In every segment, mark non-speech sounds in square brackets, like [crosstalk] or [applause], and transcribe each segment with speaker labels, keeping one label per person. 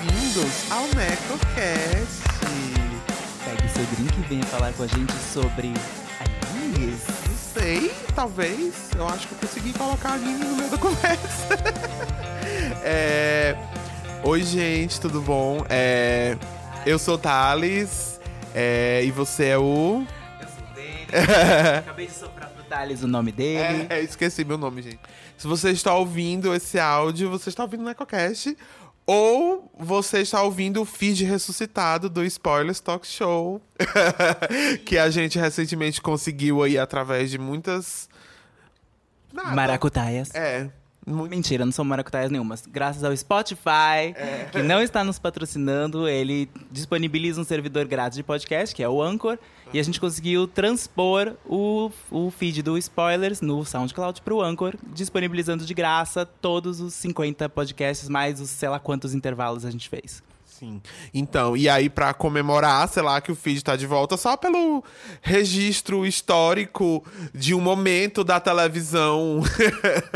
Speaker 1: bem-vindos ao NecoCast.
Speaker 2: Pegue seu drink e venha falar com a gente sobre animes.
Speaker 1: Não sei, talvez. Eu acho que eu consegui colocar anime no meio da [laughs] conversa. É, Oi, gente, tudo bom? É, Eu sou o Thales. é, E você é o. [laughs]
Speaker 2: Eu sou dele. Acabei de soprar pro Thales o nome dele.
Speaker 1: É, é, esqueci meu nome, gente. Se você está ouvindo esse áudio, você está ouvindo o NecoCast. Ou você está ouvindo o feed ressuscitado do Spoilers Talk Show, [laughs] que a gente recentemente conseguiu aí através de muitas. Nada.
Speaker 2: Maracutaias.
Speaker 1: Ah, tá. É. mu-
Speaker 2: Mentira, não são maracutaias nenhumas. Graças ao Spotify,
Speaker 1: É.
Speaker 2: que não está nos patrocinando, ele disponibiliza um servidor grátis de podcast, que é o Anchor, e a gente conseguiu transpor o, o feed do Spoilers no SoundCloud para o Anchor, disponibilizando de graça todos os 50 podcasts, mais os sei lá quantos intervalos a gente fez.
Speaker 1: Sim. Então, e aí pra comemorar, sei lá, que o feed tá de volta só pelo registro histórico de um momento da televisão [laughs]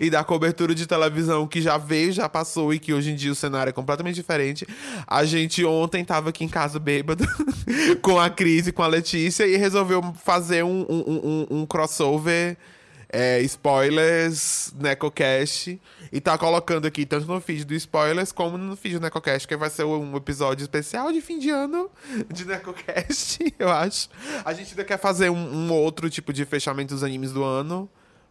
Speaker 1: e da cobertura de televisão que já veio, já passou e que hoje em dia o cenário é completamente diferente. A gente ontem tava aqui em casa bêbado [laughs] com a Cris e com a Letícia e resolveu fazer um, um, um- um crossover é, spoilers, NecoCast. E tá colocando aqui tanto no feed do spoilers como no feed do NecoCast, que vai ser um episódio especial de fim de ano de NecoCast, [laughs] eu acho. A gente ainda quer fazer um, um outro tipo de fechamento dos animes do ano.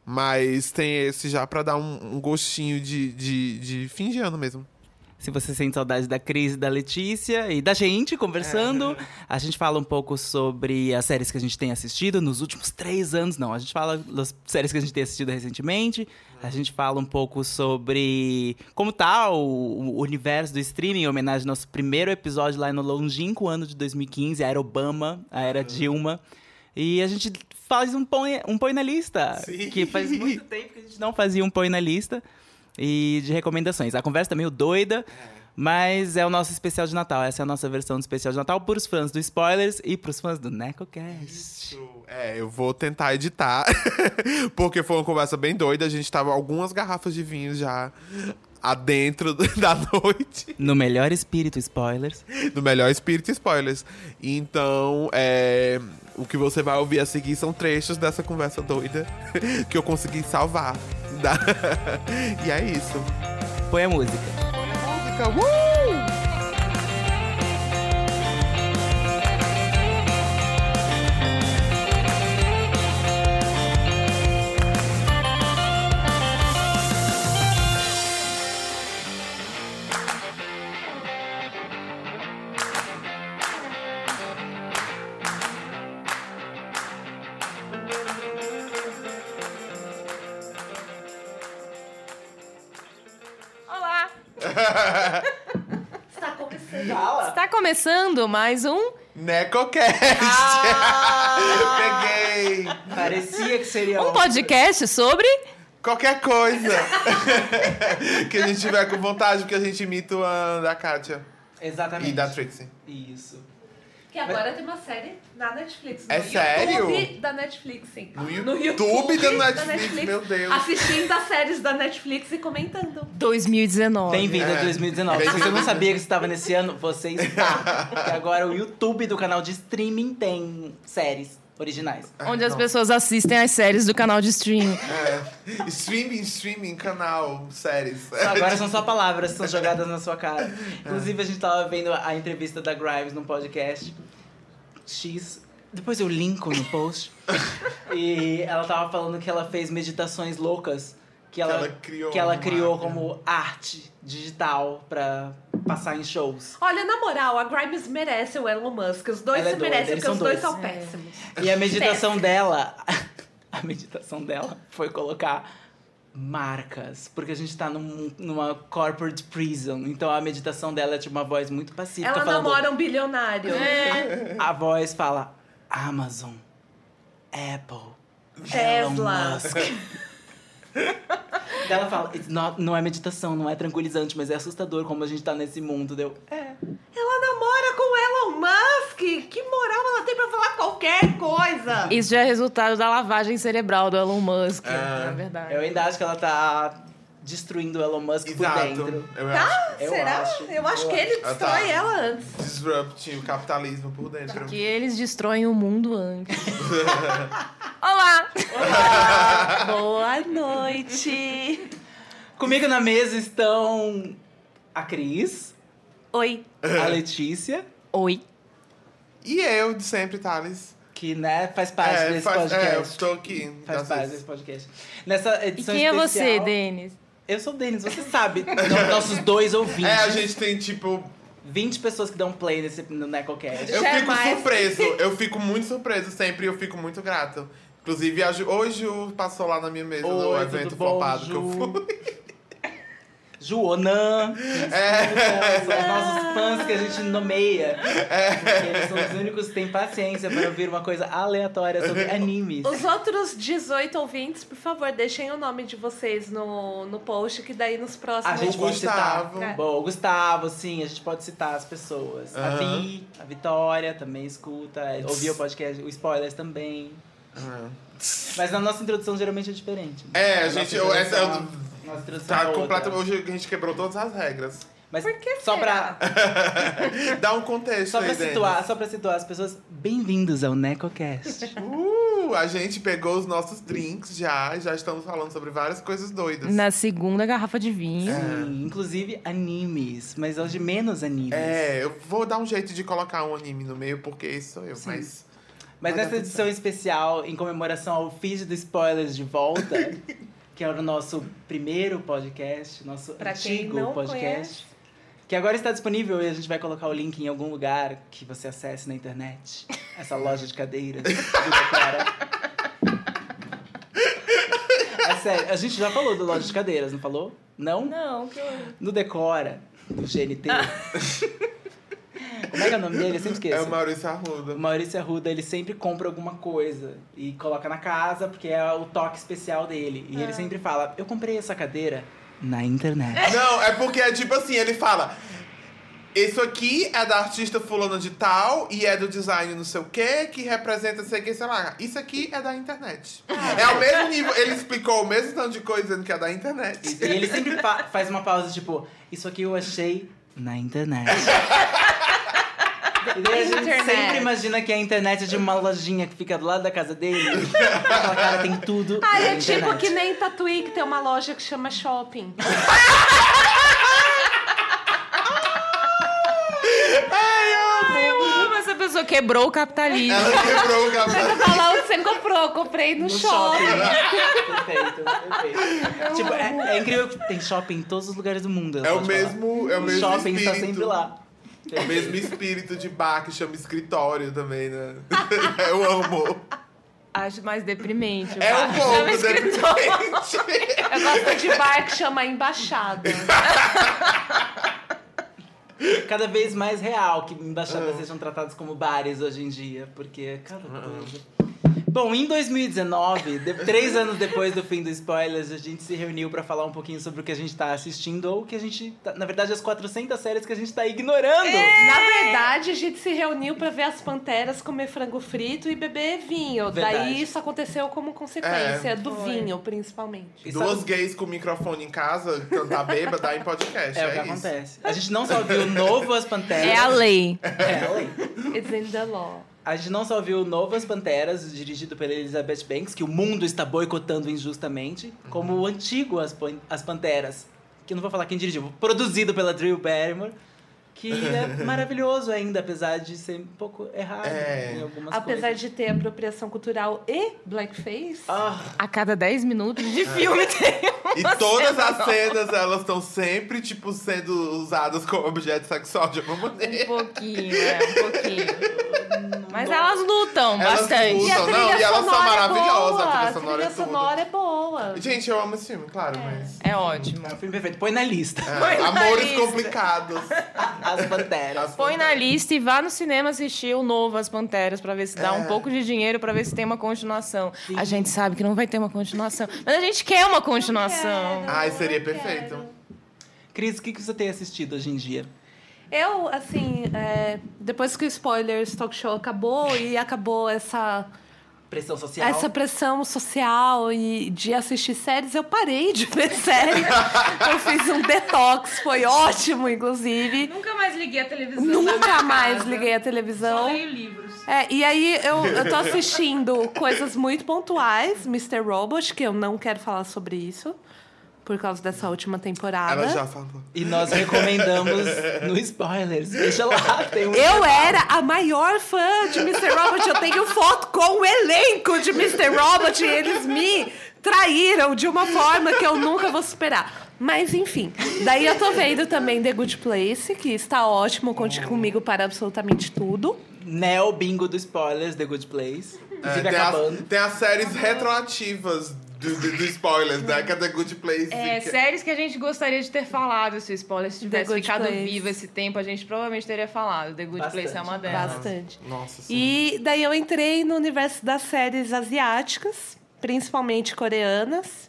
Speaker 1: Mas tem esse já pra dar um, um gostinho de, de, de fim de ano mesmo.
Speaker 2: Se você sente saudade da Cris, e da Letícia e da gente conversando, a gente fala um pouco sobre as séries que a gente tem assistido nos últimos três anos. Não, a gente fala das séries que a gente tem assistido recentemente. A gente fala um pouco sobre como tá o, o universo do streaming, em homenagem ao nosso primeiro episódio lá no longínquo ano de 2015, a era Obama, a era Dilma. E a gente faz um põe, um põe na lista,
Speaker 1: Sim.
Speaker 2: que faz muito tempo que a gente não fazia um põe na lista. E de recomendações. A conversa tá meio doida, mas é o nosso especial de Natal. Essa é a nossa versão do especial de Natal pros fãs do Spoilers e pros fãs do NecoCast.
Speaker 1: É, eu vou tentar editar, [laughs] porque foi uma conversa bem doida. A gente tava algumas garrafas de vinho já adentro [laughs] da noite.
Speaker 2: No melhor espírito, Spoilers.
Speaker 1: [laughs] No melhor espírito spoilers. Então, é, o que você vai ouvir a seguir são trechos dessa conversa doida [laughs] que eu consegui salvar. da- [laughs] e é isso.
Speaker 2: Põe a música.
Speaker 1: Música, uh!
Speaker 3: Olá!
Speaker 4: Está começando.
Speaker 3: Está começando mais um.
Speaker 1: NecoCast!
Speaker 2: Ah!
Speaker 1: [laughs] Peguei!
Speaker 2: Parecia que seria
Speaker 3: Um podcast sobre.
Speaker 1: Qualquer coisa [laughs] que a gente tiver com vontade, porque a gente imita a da Kátia
Speaker 2: Exatamente.
Speaker 1: e da Trixie.
Speaker 2: Isso.
Speaker 4: Que agora tem uma série da Netflix.
Speaker 1: É
Speaker 4: no
Speaker 1: sério?
Speaker 4: YouTube da Netflix, sim.
Speaker 1: No YouTube da Netflix, meu Deus.
Speaker 4: Assistindo as séries da Netflix e comentando.
Speaker 3: 2019.
Speaker 2: Tem vida
Speaker 1: É.
Speaker 2: 2019. Se você não sabia que você estava nesse ano, você está. Porque agora o YouTube do canal de streaming tem séries originais.
Speaker 3: Onde as
Speaker 1: Não.
Speaker 3: pessoas assistem as séries do canal de streaming.
Speaker 1: É. Streaming, streaming, canal, séries.
Speaker 2: Só Agora são só palavras que são jogadas na sua cara. Inclusive, a gente tava vendo a entrevista da Grimes num podcast X. Depois eu linko no post. e ela tava falando que ela fez meditações loucas que ela,
Speaker 1: ela criou
Speaker 2: que ela
Speaker 1: uma
Speaker 2: criou
Speaker 1: marca.
Speaker 2: como arte digital pra passar em shows.
Speaker 4: Olha, na moral, a Grimes merece o Elon Musk. Os dois
Speaker 2: Ela é
Speaker 4: se
Speaker 2: doida,
Speaker 4: merecem,
Speaker 2: eles
Speaker 4: porque os
Speaker 2: são É. dois.
Speaker 4: dois, são péssimos.
Speaker 2: E a meditação dela. [laughs] A meditação dela foi colocar marcas. Porque a gente tá num- numa corporate prison. Então a meditação dela é tipo uma voz muito pacífica.
Speaker 4: Ela
Speaker 2: falando,
Speaker 4: namora um bilionário.
Speaker 3: É.
Speaker 2: A voz fala Amazon, Apple, Elon
Speaker 4: Tesla.
Speaker 2: Musk.
Speaker 4: [laughs]
Speaker 2: Daí Ela fala, "It's not- não é meditação, não é tranquilizante, mas é assustador como a gente tá nesse mundo. Deu, é.
Speaker 4: Ela namora com o Elon Musk. Que moral ela tem pra falar qualquer coisa.
Speaker 3: Isso já é resultado da lavagem cerebral do Elon Musk,
Speaker 1: Ah.
Speaker 3: na verdade.
Speaker 2: Eu ainda acho que ela tá destruindo o Elon Musk por dentro. Ah!
Speaker 1: Eu acho.
Speaker 2: Eu
Speaker 4: Tá? Será?
Speaker 2: acho.
Speaker 4: eu acho
Speaker 2: Eu
Speaker 4: que ele
Speaker 1: Ah, tá.
Speaker 4: destrói ela antes.
Speaker 1: Disrupting o capitalismo por dentro.
Speaker 3: Que eles destroem o mundo antes. Olá! [laughs]
Speaker 4: Boa noite.
Speaker 2: Comigo na mesa estão a Cris,
Speaker 3: Oi.
Speaker 1: É.
Speaker 2: a Letícia,
Speaker 3: Oi.
Speaker 1: E eu, de sempre, Thales.
Speaker 2: que né, faz parte
Speaker 1: é,
Speaker 2: desse
Speaker 1: faz-
Speaker 2: podcast.
Speaker 1: é, eu tô aqui.
Speaker 2: Faz
Speaker 1: às
Speaker 2: parte
Speaker 1: vezes.
Speaker 2: desse podcast. Nessa
Speaker 3: E
Speaker 2: edição
Speaker 3: quem é você,
Speaker 2: especial-
Speaker 3: Denis?
Speaker 2: Eu sou o Denis, você sabe.
Speaker 1: [laughs]
Speaker 2: Nós- Nossos dois ouvintes.
Speaker 1: É, a gente tem, tipo...
Speaker 2: 20 pessoas que dão play nesse, no NecoCast.
Speaker 1: Eu
Speaker 4: Já é
Speaker 1: fico
Speaker 4: mais.
Speaker 1: surpreso. Eu fico muito surpreso sempre e eu fico muito grato. Inclusive, a Ju- hoje o passou lá na minha mesa no
Speaker 2: Oi,
Speaker 1: evento
Speaker 2: tudo bom,
Speaker 1: flopado que eu
Speaker 2: Ju?
Speaker 1: fui.
Speaker 2: Ju Onan. É. São os nossos fãs que a gente nomeia.
Speaker 1: É.
Speaker 2: Porque eles são os únicos que têm paciência para ouvir uma coisa
Speaker 1: [laughs]
Speaker 2: aleatória sobre animes.
Speaker 4: Os outros 18 ouvintes, por favor, deixem o nome de vocês no, no post, que daí nos
Speaker 2: A
Speaker 4: próximos.
Speaker 2: gente pode citar.
Speaker 1: Gustavo.
Speaker 2: Tá Bom, o Gustavo, sim, a gente pode citar as pessoas. A
Speaker 1: Aham.
Speaker 2: Vi, a Vitória também escuta, ouviu o podcast, o spoilers também. Mas na nossa introdução geralmente é diferente. né?
Speaker 1: É, a
Speaker 2: Nossa
Speaker 1: gente- eu- essa
Speaker 2: introdução-
Speaker 1: eu-
Speaker 2: nossa introdução é
Speaker 1: Tá
Speaker 2: outra.
Speaker 1: completamente. Hoje a gente quebrou todas as
Speaker 2: [laughs]
Speaker 1: regras.
Speaker 2: Mas
Speaker 4: Por que
Speaker 2: só
Speaker 4: será?
Speaker 2: pra,
Speaker 1: Dá um contexto
Speaker 2: só
Speaker 1: aí,
Speaker 2: pra
Speaker 1: Denis.
Speaker 2: situar, só pra situar as pessoas, bem-vindos ao NecoCast.
Speaker 1: Uh, a gente pegou os nossos drinks já, já estamos falando sobre várias coisas doidas.
Speaker 3: Na segunda garrafa de
Speaker 1: É.
Speaker 3: vinho.
Speaker 2: Sim, inclusive animes, mas hoje menos animes.
Speaker 1: É, eu vou dar um jeito de colocar um anime no meio, porque isso sou eu,
Speaker 2: Sim.
Speaker 1: mas.
Speaker 2: Mas
Speaker 1: Vai
Speaker 2: nessa
Speaker 1: dar tudo
Speaker 2: edição especial, em comemoração ao Feed do Spoilers de volta, que era o nosso primeiro podcast, nosso
Speaker 4: Pra quem
Speaker 2: antigo
Speaker 4: não
Speaker 2: podcast. Que agora está disponível e a gente vai colocar o link em algum lugar que você acesse na internet. Essa loja de cadeiras. Vida Clara. É sério, a gente já falou da loja de cadeiras, não falou? Não?
Speaker 4: Não, que eu...
Speaker 2: No Decora, do
Speaker 4: [laughs]
Speaker 2: GNT. Como é que é o nome dele? Eu sempre esqueço.
Speaker 1: É o Maurício Arruda.
Speaker 2: O Maurício Arruda, ele sempre compra alguma coisa e coloca na casa, porque é o toque especial dele. E
Speaker 4: É.
Speaker 2: ele sempre fala, eu comprei essa cadeira na internet.
Speaker 1: Não, é porque é tipo assim, ele fala. Isso aqui é da artista fulana de tal e é do design não sei o quê, que representa sei que, sei lá. Isso aqui é da internet.
Speaker 2: Ah.
Speaker 1: É o mesmo nível, ele explicou o mesmo tanto de coisa dizendo que é da internet.
Speaker 2: E ele sempre fa- faz uma pausa, tipo, isso aqui eu achei na internet. E daí a gente
Speaker 3: Internet.
Speaker 2: sempre imagina que a internet é de uma lojinha que fica do lado da casa dele. Aquela cara tem tudo
Speaker 4: Ah,
Speaker 2: na
Speaker 4: é tipo
Speaker 2: internet.
Speaker 4: que nem Tatuí, que tem uma loja que chama Shopping.
Speaker 3: Ai, eu amo essa pessoa. Quebrou o capitalismo.
Speaker 1: Ela quebrou o cabelo.
Speaker 4: Falar onde você comprou, comprei no,
Speaker 2: No
Speaker 4: um
Speaker 2: né?
Speaker 4: shopping.
Speaker 2: perfeito, perfeito. Tipo, é, é incrível que tem shopping em todos os lugares do mundo. eu
Speaker 1: É o
Speaker 2: posso falar.
Speaker 1: mesmo, é o mesmo
Speaker 2: shopping
Speaker 1: espírito. É
Speaker 2: tá sempre lá.
Speaker 1: O mesmo espírito de bar que chama escritório também, né? [laughs] Eu amo.
Speaker 3: Acho mais deprimente.
Speaker 1: É um né?
Speaker 3: Marcos.
Speaker 1: pouco
Speaker 3: escritório.
Speaker 1: deprimente.
Speaker 4: Eu gosto de bar que chama Embaixada.
Speaker 2: Cada vez mais real que embaixadas
Speaker 1: É.
Speaker 2: sejam tratadas como bares hoje em dia, porque é cada coisa. Bom, em 2019, de- três anos depois do fim do Spoilers, a gente se reuniu pra falar um pouquinho sobre o que a gente tá assistindo ou o que a gente. tá- na verdade, as 400 séries que a gente tá ignorando.
Speaker 1: É.
Speaker 4: Na verdade, a gente se reuniu pra ver as panteras comer frango frito e beber vinho.
Speaker 2: Verdade.
Speaker 4: Daí isso aconteceu como consequência
Speaker 1: É.
Speaker 4: do vinho, principalmente.
Speaker 2: E
Speaker 1: Duas
Speaker 2: sabe-
Speaker 1: gays com microfone em casa, cantar bêbada, tá em podcast.
Speaker 2: É,
Speaker 1: É,
Speaker 2: o que
Speaker 1: isso.
Speaker 2: acontece. A gente não só viu o novo As Panteras.
Speaker 3: É a lei.
Speaker 2: É a lei.
Speaker 4: It's in the é law.
Speaker 2: A gente não só viu Novas Panteras, dirigido pela Elizabeth Banks, que o mundo está boicotando injustamente, como o antigo As, Pan- As Panteras, que eu não vou falar quem dirigiu, produzido pela Drew Barrymore,
Speaker 1: [laughs]
Speaker 2: que é maravilhoso ainda, apesar de ser um pouco errado
Speaker 1: É.
Speaker 2: em algumas
Speaker 4: Apesar
Speaker 2: coisas.
Speaker 4: de ter apropriação cultural e blackface,
Speaker 2: Ah,
Speaker 3: A cada 10 minutos de filme tem
Speaker 1: E
Speaker 3: uma
Speaker 1: todas
Speaker 3: cena
Speaker 1: as cenas, elas estão sempre, tipo, sendo usadas como objeto sexual de alguma maneira.
Speaker 3: Um pouquinho, é, um pouquinho. Mas elas lutam
Speaker 1: Elas
Speaker 3: bastante.
Speaker 1: lutam. não, e elas são
Speaker 4: sonora é
Speaker 1: maravilhosas,
Speaker 4: boa,
Speaker 1: a trilha
Speaker 4: A
Speaker 1: sonora
Speaker 4: trilha
Speaker 1: é tudo.
Speaker 4: sonora é boa.
Speaker 1: Gente, eu amo esse filme, claro, mas...
Speaker 3: É ótimo.
Speaker 2: é um filme perfeito. Põe na lista.
Speaker 1: [laughs] é,
Speaker 3: Põe na
Speaker 1: amores
Speaker 3: lista.
Speaker 1: complicados.
Speaker 2: As Panteras.
Speaker 1: As-
Speaker 3: Põe na lista e vá no cinema assistir o novo As Panteras pra ver se dá
Speaker 1: É.
Speaker 3: um pouco de dinheiro pra ver se tem uma continuação. A gente sabe que não vai ter uma continuação, mas a gente quer uma continuação.
Speaker 1: Ai, seria perfeito.
Speaker 2: Cris, o que que você tem assistido hoje em dia?
Speaker 4: Eu, assim, é, depois que o Spoilers Talk Show acabou e acabou essa
Speaker 2: Pressão social.
Speaker 4: Essa pressão social e de assistir séries, eu parei de ver [laughs] série. eu fiz um detox, foi ótimo, inclusive.
Speaker 5: Nunca mais liguei a televisão.
Speaker 1: tá
Speaker 5: na
Speaker 4: Nunca
Speaker 5: minha
Speaker 4: mais
Speaker 5: casa.
Speaker 4: liguei a
Speaker 5: Só
Speaker 4: televisão.
Speaker 5: leio livros.
Speaker 4: É, e aí eu, eu tô assistindo coisas muito pontuais, Mr. Robot, que eu não quero falar sobre isso, por causa dessa última temporada.
Speaker 1: Ela já falou.
Speaker 2: E nós recomendamos no spoilers. Veja lá, tem um.
Speaker 4: Eu era a maior fã de Mr. Robot. Eu tenho foto com o elenco de Mr. Robot. E eles me traíram de uma forma que eu nunca vou superar. Mas enfim, daí eu tô vendo também The Good Place, que está ótimo, conte comigo para absolutamente tudo.
Speaker 2: Neo Bingo do spoilers, The Good Place.
Speaker 1: É,
Speaker 2: Vive
Speaker 1: tem,
Speaker 2: acabando.
Speaker 1: as, tem as séries retroativas do, do, do spoilers, né? Que é The Good Place.
Speaker 5: É,
Speaker 1: que-
Speaker 5: séries que a gente gostaria de ter falado se o spoiler se tivesse
Speaker 4: Good
Speaker 5: ficado
Speaker 4: Place.
Speaker 5: vivo esse tempo, a gente provavelmente teria falado. The Good
Speaker 2: Bastante.
Speaker 5: Place é uma delas.
Speaker 4: Bastante.
Speaker 1: Nossa senhora.
Speaker 4: E daí eu entrei no universo das séries asiáticas, principalmente coreanas.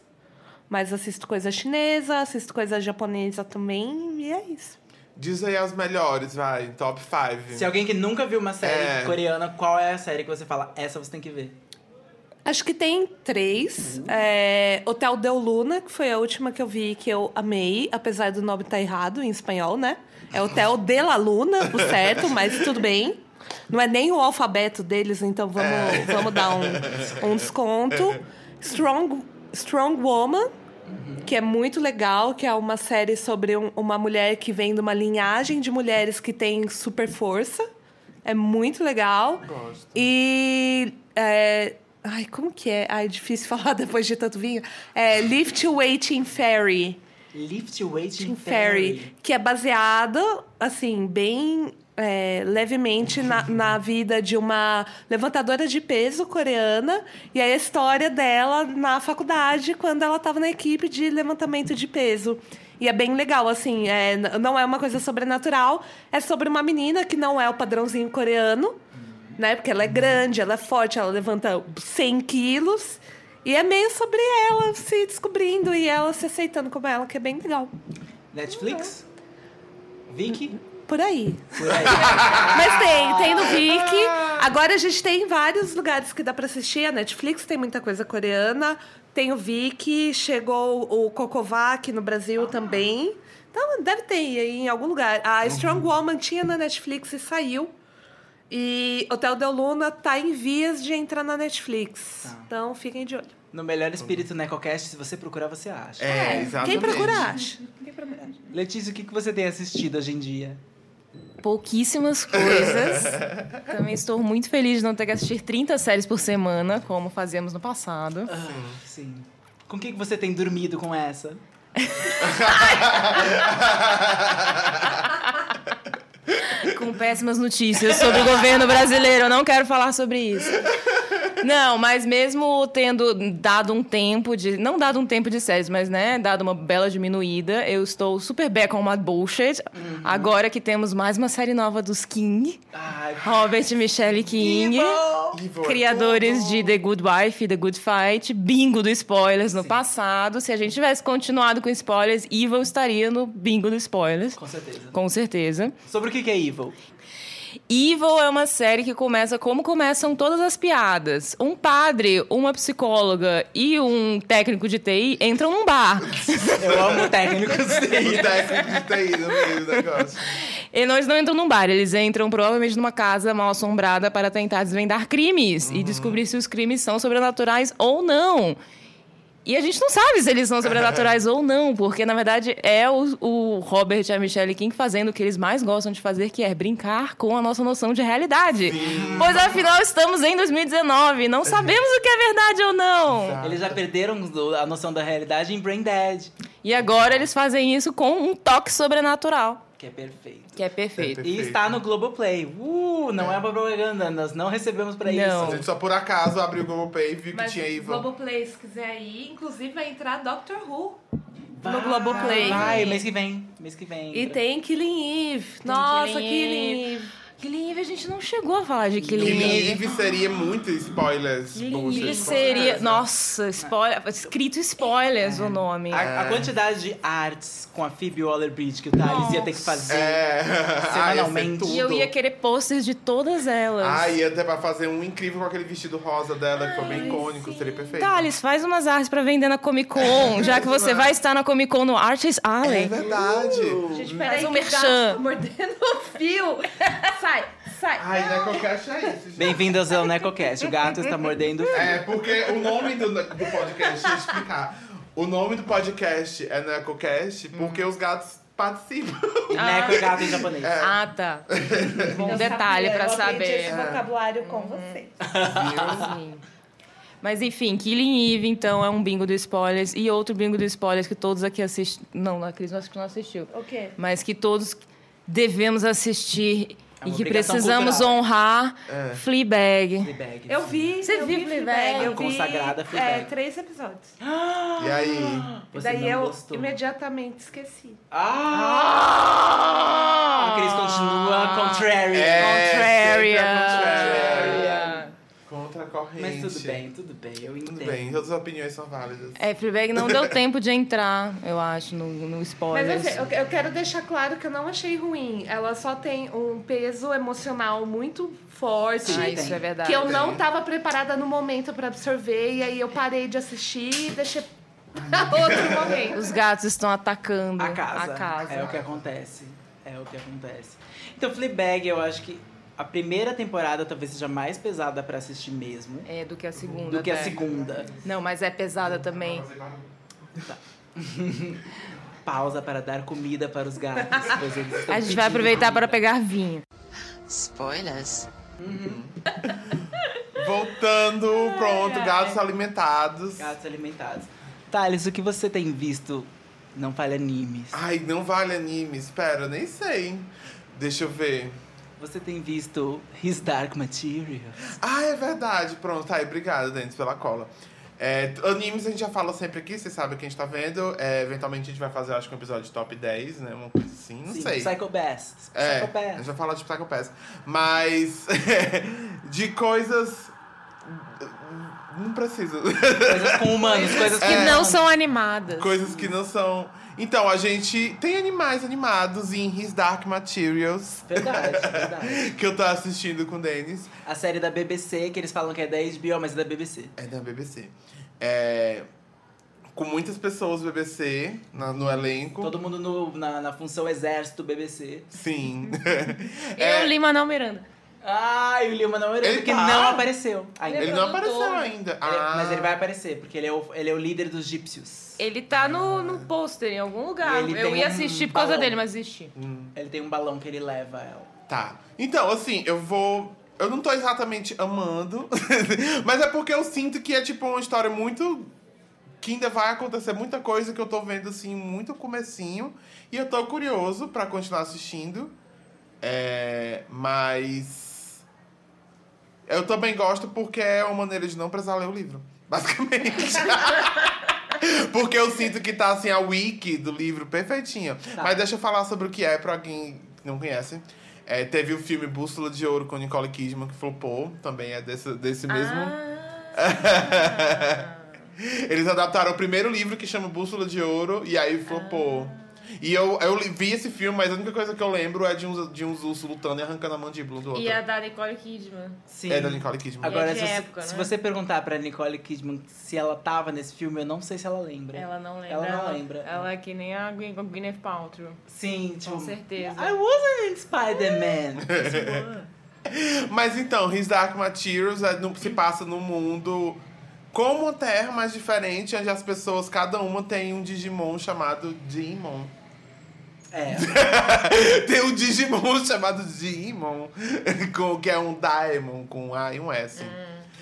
Speaker 4: Mas assisto coisa chinesa, assisto coisa japonesa também, e é isso.
Speaker 1: Diz aí as melhores, vai. Top 5.
Speaker 2: Se alguém que nunca viu uma série
Speaker 1: É.
Speaker 2: coreana, qual é a série que você fala? Essa você tem que ver.
Speaker 4: Acho que tem três. É, Hotel Del Luna, que foi a última que eu vi que eu amei, apesar do nome estar errado em espanhol, né? É Hotel de la Luna, o certo, mas tudo bem. Não é nem o alfabeto deles, então vamos, vamos dar um, um desconto. Strong, Strong Woman, que é muito legal, que é uma série sobre um- uma mulher que vem de uma linhagem de mulheres que tem super força. É muito legal.
Speaker 1: Gosto.
Speaker 4: E. é, ai, como que é? Ai, difícil [laughs] falar depois de tanto vinho. É Lift Waiting Fairy.
Speaker 2: Lift Waiting Fairy.
Speaker 4: Fairy, que é baseado, assim, bem é, levemente na, na vida de uma levantadora de peso coreana. E aí a história dela na faculdade, quando ela estava na equipe de levantamento de peso. E é bem legal, assim, é, n- não é uma coisa sobrenatural, é sobre uma menina que não é o padrãozinho coreano, né? Porque ela é grande, ela é forte, ela levanta 100 quilos. E é meio sobre ela se descobrindo e ela se aceitando como ela, que é bem legal.
Speaker 2: Netflix? Vicky?
Speaker 4: Por aí.
Speaker 2: Por aí.
Speaker 4: Mas tem, tem no Viki. Agora a gente tem vários lugares que dá pra assistir. A Netflix tem muita coisa coreana. Tem o Viki, chegou o Cocovac no Brasil também. Então deve ter aí em algum lugar. A Strong Woman tinha na Netflix e saiu. E Hotel Del Luna tá em vias de entrar na Netflix.
Speaker 2: Tá.
Speaker 4: Então fiquem de olho.
Speaker 2: No melhor espírito NecoCast, se você procurar, você acha.
Speaker 1: É, exatamente.
Speaker 4: Quem procura acha.
Speaker 2: Letícia, o que que você tem assistido hoje em dia?
Speaker 3: pouquíssimas coisas. Também estou muito feliz de não ter que assistir 30 séries por semana, como fazíamos no passado.
Speaker 2: Ah. Sim. Com o que que você tem dormido com essa?
Speaker 3: com péssimas notícias sobre o governo brasileiro. Eu não quero falar sobre isso. Não, mas mesmo tendo dado um tempo de. Não dado um tempo de séries, mas, né, dado uma bela diminuída, eu estou super back on my bullshit.
Speaker 2: Uhum.
Speaker 3: Agora que temos mais uma série nova dos King.
Speaker 2: Ai,
Speaker 3: Robert e Michelle King.
Speaker 1: Evil é [laughs]
Speaker 3: Criadores de The Good Wife e The Good Fight, bingo do spoilers no passado. Se a gente tivesse continuado com spoilers, Evil estaria no bingo do spoilers.
Speaker 2: com certeza.
Speaker 3: Com certeza.
Speaker 2: Sobre o que que é Evil?
Speaker 3: Evil é uma série que começa como começam todas as piadas. Um padre, uma psicóloga e um técnico de TI entram num bar.
Speaker 2: Eu amo técnicos. [laughs]
Speaker 1: O técnico de TI no meio do negócio.
Speaker 3: E nós não entram num bar, eles entram provavelmente numa casa mal assombrada para tentar desvendar crimes e descobrir se os crimes são sobrenaturais ou não. E a gente não sabe se eles são sobrenaturais ou não, porque na verdade é o, o Robert e a Michelle King fazendo o que eles mais gostam de fazer, que é brincar com a nossa noção de realidade. Pois afinal estamos em 2019, não sabemos o que é verdade ou não.
Speaker 2: Eles já perderam do- a noção da realidade em Brain Dead,
Speaker 3: E agora eles fazem isso com um toque sobrenatural,
Speaker 2: que é perfeito.
Speaker 3: que é perfeito.
Speaker 2: E
Speaker 1: Perfeito.
Speaker 2: está no Globoplay. Uh, não é, uma propaganda, nós não recebemos pra
Speaker 1: A
Speaker 3: Não.
Speaker 2: isso.
Speaker 1: gente só por acaso abriu o Google Pay e viu que
Speaker 4: Mas
Speaker 1: tinha
Speaker 4: o
Speaker 1: Evil.
Speaker 4: Globoplay, se quiser ir, inclusive vai entrar Doctor Who.
Speaker 2: Vai,
Speaker 4: Tá Globoplay.
Speaker 2: Vai, mês que vem. Mês que vem.
Speaker 4: E tem Killing Eve.
Speaker 3: Tem
Speaker 4: Nossa,
Speaker 3: Killing
Speaker 4: Killing
Speaker 3: Eve.
Speaker 4: Eve.
Speaker 3: Killing Eve a gente não chegou a falar de
Speaker 4: é
Speaker 3: Killing
Speaker 1: Killing
Speaker 3: Eve.
Speaker 1: Eve seria muito spoilers. bullshit.
Speaker 3: Killing Eve seria... Nossa, spoiler... escrito spoilers o nome.
Speaker 2: A, a
Speaker 1: É.
Speaker 2: quantidade de artes com a Phoebe Waller-Bridge que o Thales ia ter que fazer.
Speaker 3: [laughs]
Speaker 1: É. Ah, ia ser
Speaker 2: Semanalmente.
Speaker 1: tudo.
Speaker 3: E eu ia querer posters de todas elas.
Speaker 1: Ah, ia até pra fazer um incrível com aquele vestido rosa dela, que foi bem icônico, seria perfeito.
Speaker 3: Thales, faz umas artes pra vender na Comic Con, já que você vai estar na Comic Con no Artist
Speaker 1: É
Speaker 3: Alley.
Speaker 1: verdade.
Speaker 5: Gente,
Speaker 3: Faz
Speaker 5: peraí,
Speaker 3: um
Speaker 5: que
Speaker 3: merchan.
Speaker 5: tá mordendo o
Speaker 3: [laughs]
Speaker 5: fio. Sai, sai.
Speaker 1: Ai, né, qualquer acha isso, gente.
Speaker 2: Bem-vindas ao NecoCast. O gato está mordendo o fio.
Speaker 1: É, porque o nome do, do podcast, deixa eu explicar. O nome do podcast é NecoCast porque
Speaker 3: Hum.
Speaker 1: os gatos participam.
Speaker 2: Neco é gato em japonês.
Speaker 3: Ah, tá. Bom detalhe pra saber. Uhum.
Speaker 4: vocabulário com você.
Speaker 3: Ah, tá. Mas enfim, Killing Eve, então, é um bingo do spoilers. E outro bingo do spoilers que todos aqui assistem. Não, a Cris não acho que não assistiu.
Speaker 4: O quê?
Speaker 3: Mas que todos devemos assistir
Speaker 2: É
Speaker 3: e
Speaker 2: uma
Speaker 3: que
Speaker 2: obrigação
Speaker 3: precisamos
Speaker 2: cultural.
Speaker 3: honrar
Speaker 1: É.
Speaker 3: Fleabag.
Speaker 2: Fleabag.
Speaker 4: Eu vi.
Speaker 3: Você
Speaker 4: eu
Speaker 3: viu Fleabag?
Speaker 4: Eu vi,
Speaker 2: Consagrada Fleabag.
Speaker 4: É, três episódios.
Speaker 1: E aí?
Speaker 2: Você
Speaker 4: Daí
Speaker 2: não
Speaker 4: eu
Speaker 2: gostou.
Speaker 4: imediatamente esqueci.
Speaker 2: Ah! A Cris continua contrary.
Speaker 1: É,
Speaker 3: É,
Speaker 1: sempre
Speaker 3: Contraria.
Speaker 1: a contrária. Contra a corrente.
Speaker 2: Mas tudo bem, tudo bem. Eu entendo.
Speaker 1: Tudo bem, todas as opiniões são válidas.
Speaker 3: É, Fleabag não deu tempo de entrar, eu acho, no, no
Speaker 4: Mas
Speaker 3: spoilers.
Speaker 4: assim, eu, eu quero deixar claro que eu não achei ruim. Ela só tem um peso emocional muito forte.
Speaker 3: ah,
Speaker 2: Sim,
Speaker 3: isso
Speaker 2: tem.
Speaker 3: é verdade.
Speaker 4: que eu não
Speaker 1: Tem.
Speaker 4: tava preparada no momento pra absorver. E aí eu parei de assistir e deixei [laughs] pra outro momento.
Speaker 3: Os gatos estão atacando
Speaker 2: A casa.
Speaker 3: a casa.
Speaker 2: É o que acontece. É o que acontece. Então, Fleabag, eu acho que a primeira temporada talvez seja mais pesada pra assistir mesmo
Speaker 3: É, do que a segunda.
Speaker 2: do que a
Speaker 3: até.
Speaker 2: segunda.
Speaker 3: Não, mas é pesada também.
Speaker 2: Pausa para dar comida para os
Speaker 3: [laughs]
Speaker 2: gatos. pois eles estão
Speaker 3: A gente
Speaker 2: pedindo
Speaker 3: vai aproveitar para
Speaker 2: comida.
Speaker 3: pegar vinho.
Speaker 6: Spoilers.
Speaker 1: Voltando, pronto, gatos alimentados.
Speaker 2: Gatos alimentados. Thales, o que você tem visto? Não fale animes.
Speaker 1: Ai, não vale anime, espera, nem sei. Deixa eu ver.
Speaker 2: Você tem visto His Dark Material?
Speaker 1: Ah, é verdade. Pronto, tá aí. Obrigado, Denis, pela cola. É, t- animes a gente já fala sempre aqui, vocês sabem quem a gente tá vendo. É, eventualmente a gente vai fazer, acho que um episódio de top 10, né? Uma coisa assim, não
Speaker 2: Sim,
Speaker 1: sei.
Speaker 2: Psycho Bass.
Speaker 1: É,
Speaker 2: Psycho
Speaker 1: a
Speaker 2: Bass.
Speaker 1: gente vai falar de Psycho Pass. Mas [laughs] de coisas. Não [laughs] precisa.
Speaker 2: Coisas com
Speaker 1: [laughs]
Speaker 2: humanos, coisas
Speaker 3: Que
Speaker 2: com
Speaker 3: não
Speaker 2: humanos.
Speaker 3: são animadas.
Speaker 1: coisas que não são. Então, a gente tem animais animados em His Dark Materials,
Speaker 2: Verdade, verdade.
Speaker 1: que eu tô assistindo com o Denis.
Speaker 2: A série da BBC, que eles falam que é da HBO, mas é da BBC.
Speaker 1: É da BBC. É, com muitas pessoas do BBC na- no elenco.
Speaker 2: Todo mundo no- na, na função exército BBC.
Speaker 1: Sim.
Speaker 2: Uhum.
Speaker 3: Eu, Lima, não Miranda.
Speaker 2: Ah, e o Lima não era
Speaker 1: Ele
Speaker 2: que
Speaker 1: tá?
Speaker 2: não apareceu ainda.
Speaker 1: [laughs] ele
Speaker 2: Ele-
Speaker 1: não
Speaker 3: produtor.
Speaker 1: apareceu ainda. Ah,
Speaker 2: Mas ele vai aparecer, porque ele é o, ele é o líder dos egípcios.
Speaker 3: Ele tá no, no pôster em algum lugar.
Speaker 2: Ele
Speaker 3: eu
Speaker 2: tem
Speaker 3: ia
Speaker 2: um
Speaker 3: assistir por causa
Speaker 2: balão.
Speaker 3: dele, mas desisti.
Speaker 2: Ele tem um balão que ele leva ela.
Speaker 1: Tá. Então, assim, eu vou. Eu não tô exatamente amando, [laughs] mas é porque eu sinto que é tipo uma história muito. Que ainda vai acontecer muita coisa que eu tô vendo, assim, muito comecinho. E eu tô curioso pra continuar assistindo. É, mas. Eu também gosto porque é uma maneira de não precisar ler o livro, [laughs] basicamente. porque eu sinto que tá assim a wiki do livro perfeitinha.
Speaker 2: Tá.
Speaker 1: Mas deixa eu falar sobre o que é pra alguém que não conhece. É, teve o filme Bússola de Ouro com Nicole Kidman, que flopou, também é desse, desse mesmo.
Speaker 3: Ah,
Speaker 1: [laughs] Eles adaptaram o primeiro livro que chama Bússola de Ouro e aí flopou. E eu, eu li- vi esse filme, mas a única coisa que eu lembro é de uns, de uns ursos lutando e arrancando a mandíbula um do outro.
Speaker 3: assim.
Speaker 5: E a da Nicole Kidman.
Speaker 2: Sim.
Speaker 1: É da Nicole Kidman.
Speaker 2: Agora,
Speaker 5: E é de
Speaker 2: se, você-
Speaker 5: época,
Speaker 2: se
Speaker 5: né?
Speaker 2: você perguntar pra Nicole Kidman se ela tava nesse filme, eu não sei se ela lembra.
Speaker 5: Ela não lembra.
Speaker 2: Ela não lembra.
Speaker 5: Ela é que nem a Gwyn- Gwyneth Paltrow.
Speaker 2: Sim, tipo.
Speaker 5: Com certeza.
Speaker 2: I wasn't in Spider-Man.
Speaker 1: É. Mas então, His Dark Materials é no- se passa num mundo como a Terra, mas diferente, onde as pessoas, cada uma tem um Digimon chamado Digimon. [laughs]
Speaker 2: é.
Speaker 1: tem um Digimon [laughs] chamado Digimon, [laughs] com- que é um Daemon com A e um S.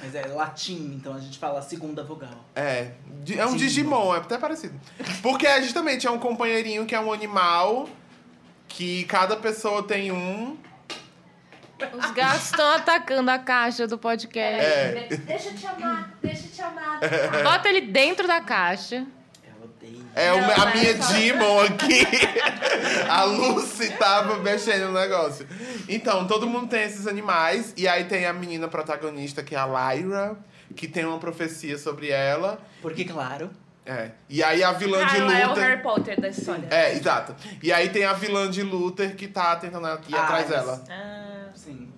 Speaker 2: Mas é latim, então a gente fala a segunda vogal.
Speaker 1: É, di- é um
Speaker 2: Sim.
Speaker 1: Digimon, é até parecido. Porque é justamente é um companheirinho que é um animal que cada pessoa tem um.
Speaker 3: Os gatos estão atacando a caixa do podcast.
Speaker 1: É.
Speaker 3: Bota ele dentro da caixa.
Speaker 2: Ela odeia.
Speaker 1: É o-
Speaker 5: Não,
Speaker 1: a
Speaker 5: é
Speaker 1: minha
Speaker 5: só-
Speaker 1: Demon aqui. [laughs] a Lucy tava mexendo no negócio. Então, todo mundo tem esses animais. E aí tem a menina protagonista, que é a Lyra, que tem uma profecia sobre ela.
Speaker 2: Porque, claro.
Speaker 1: É. E aí a vilã de
Speaker 5: Carla é o
Speaker 1: luta.
Speaker 5: Harry Potter da história.
Speaker 1: É, exato. E aí tem a vilã de Luther que tá tentando ir
Speaker 2: Ah,
Speaker 1: atrás
Speaker 2: isso.
Speaker 1: dela. É.
Speaker 5: Ah,
Speaker 2: Sim.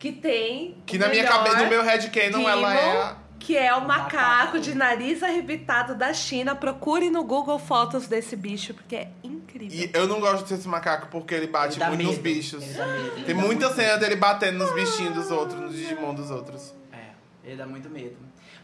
Speaker 5: que tem.
Speaker 1: Que
Speaker 5: o
Speaker 1: na minha
Speaker 5: melhor
Speaker 1: cabeça, no meu headcanon,
Speaker 5: Demon,
Speaker 1: ela é. a-
Speaker 4: Que é o macaco,
Speaker 2: macaco.
Speaker 4: de nariz arrebitado da China. Procure no Google fotos desse bicho, porque é incrível.
Speaker 1: E eu não gosto desse macaco porque ele bate
Speaker 2: Ele dá
Speaker 1: muito Ah, tipo, nos
Speaker 2: medo.
Speaker 1: bichos.
Speaker 2: Ele dá medo. Ele
Speaker 1: Tem
Speaker 2: dá
Speaker 1: muita
Speaker 2: muito
Speaker 1: cena dele batendo nos bichinhos dos outros, nos Digimon dos outros.
Speaker 2: medo. É, ele dá muito medo.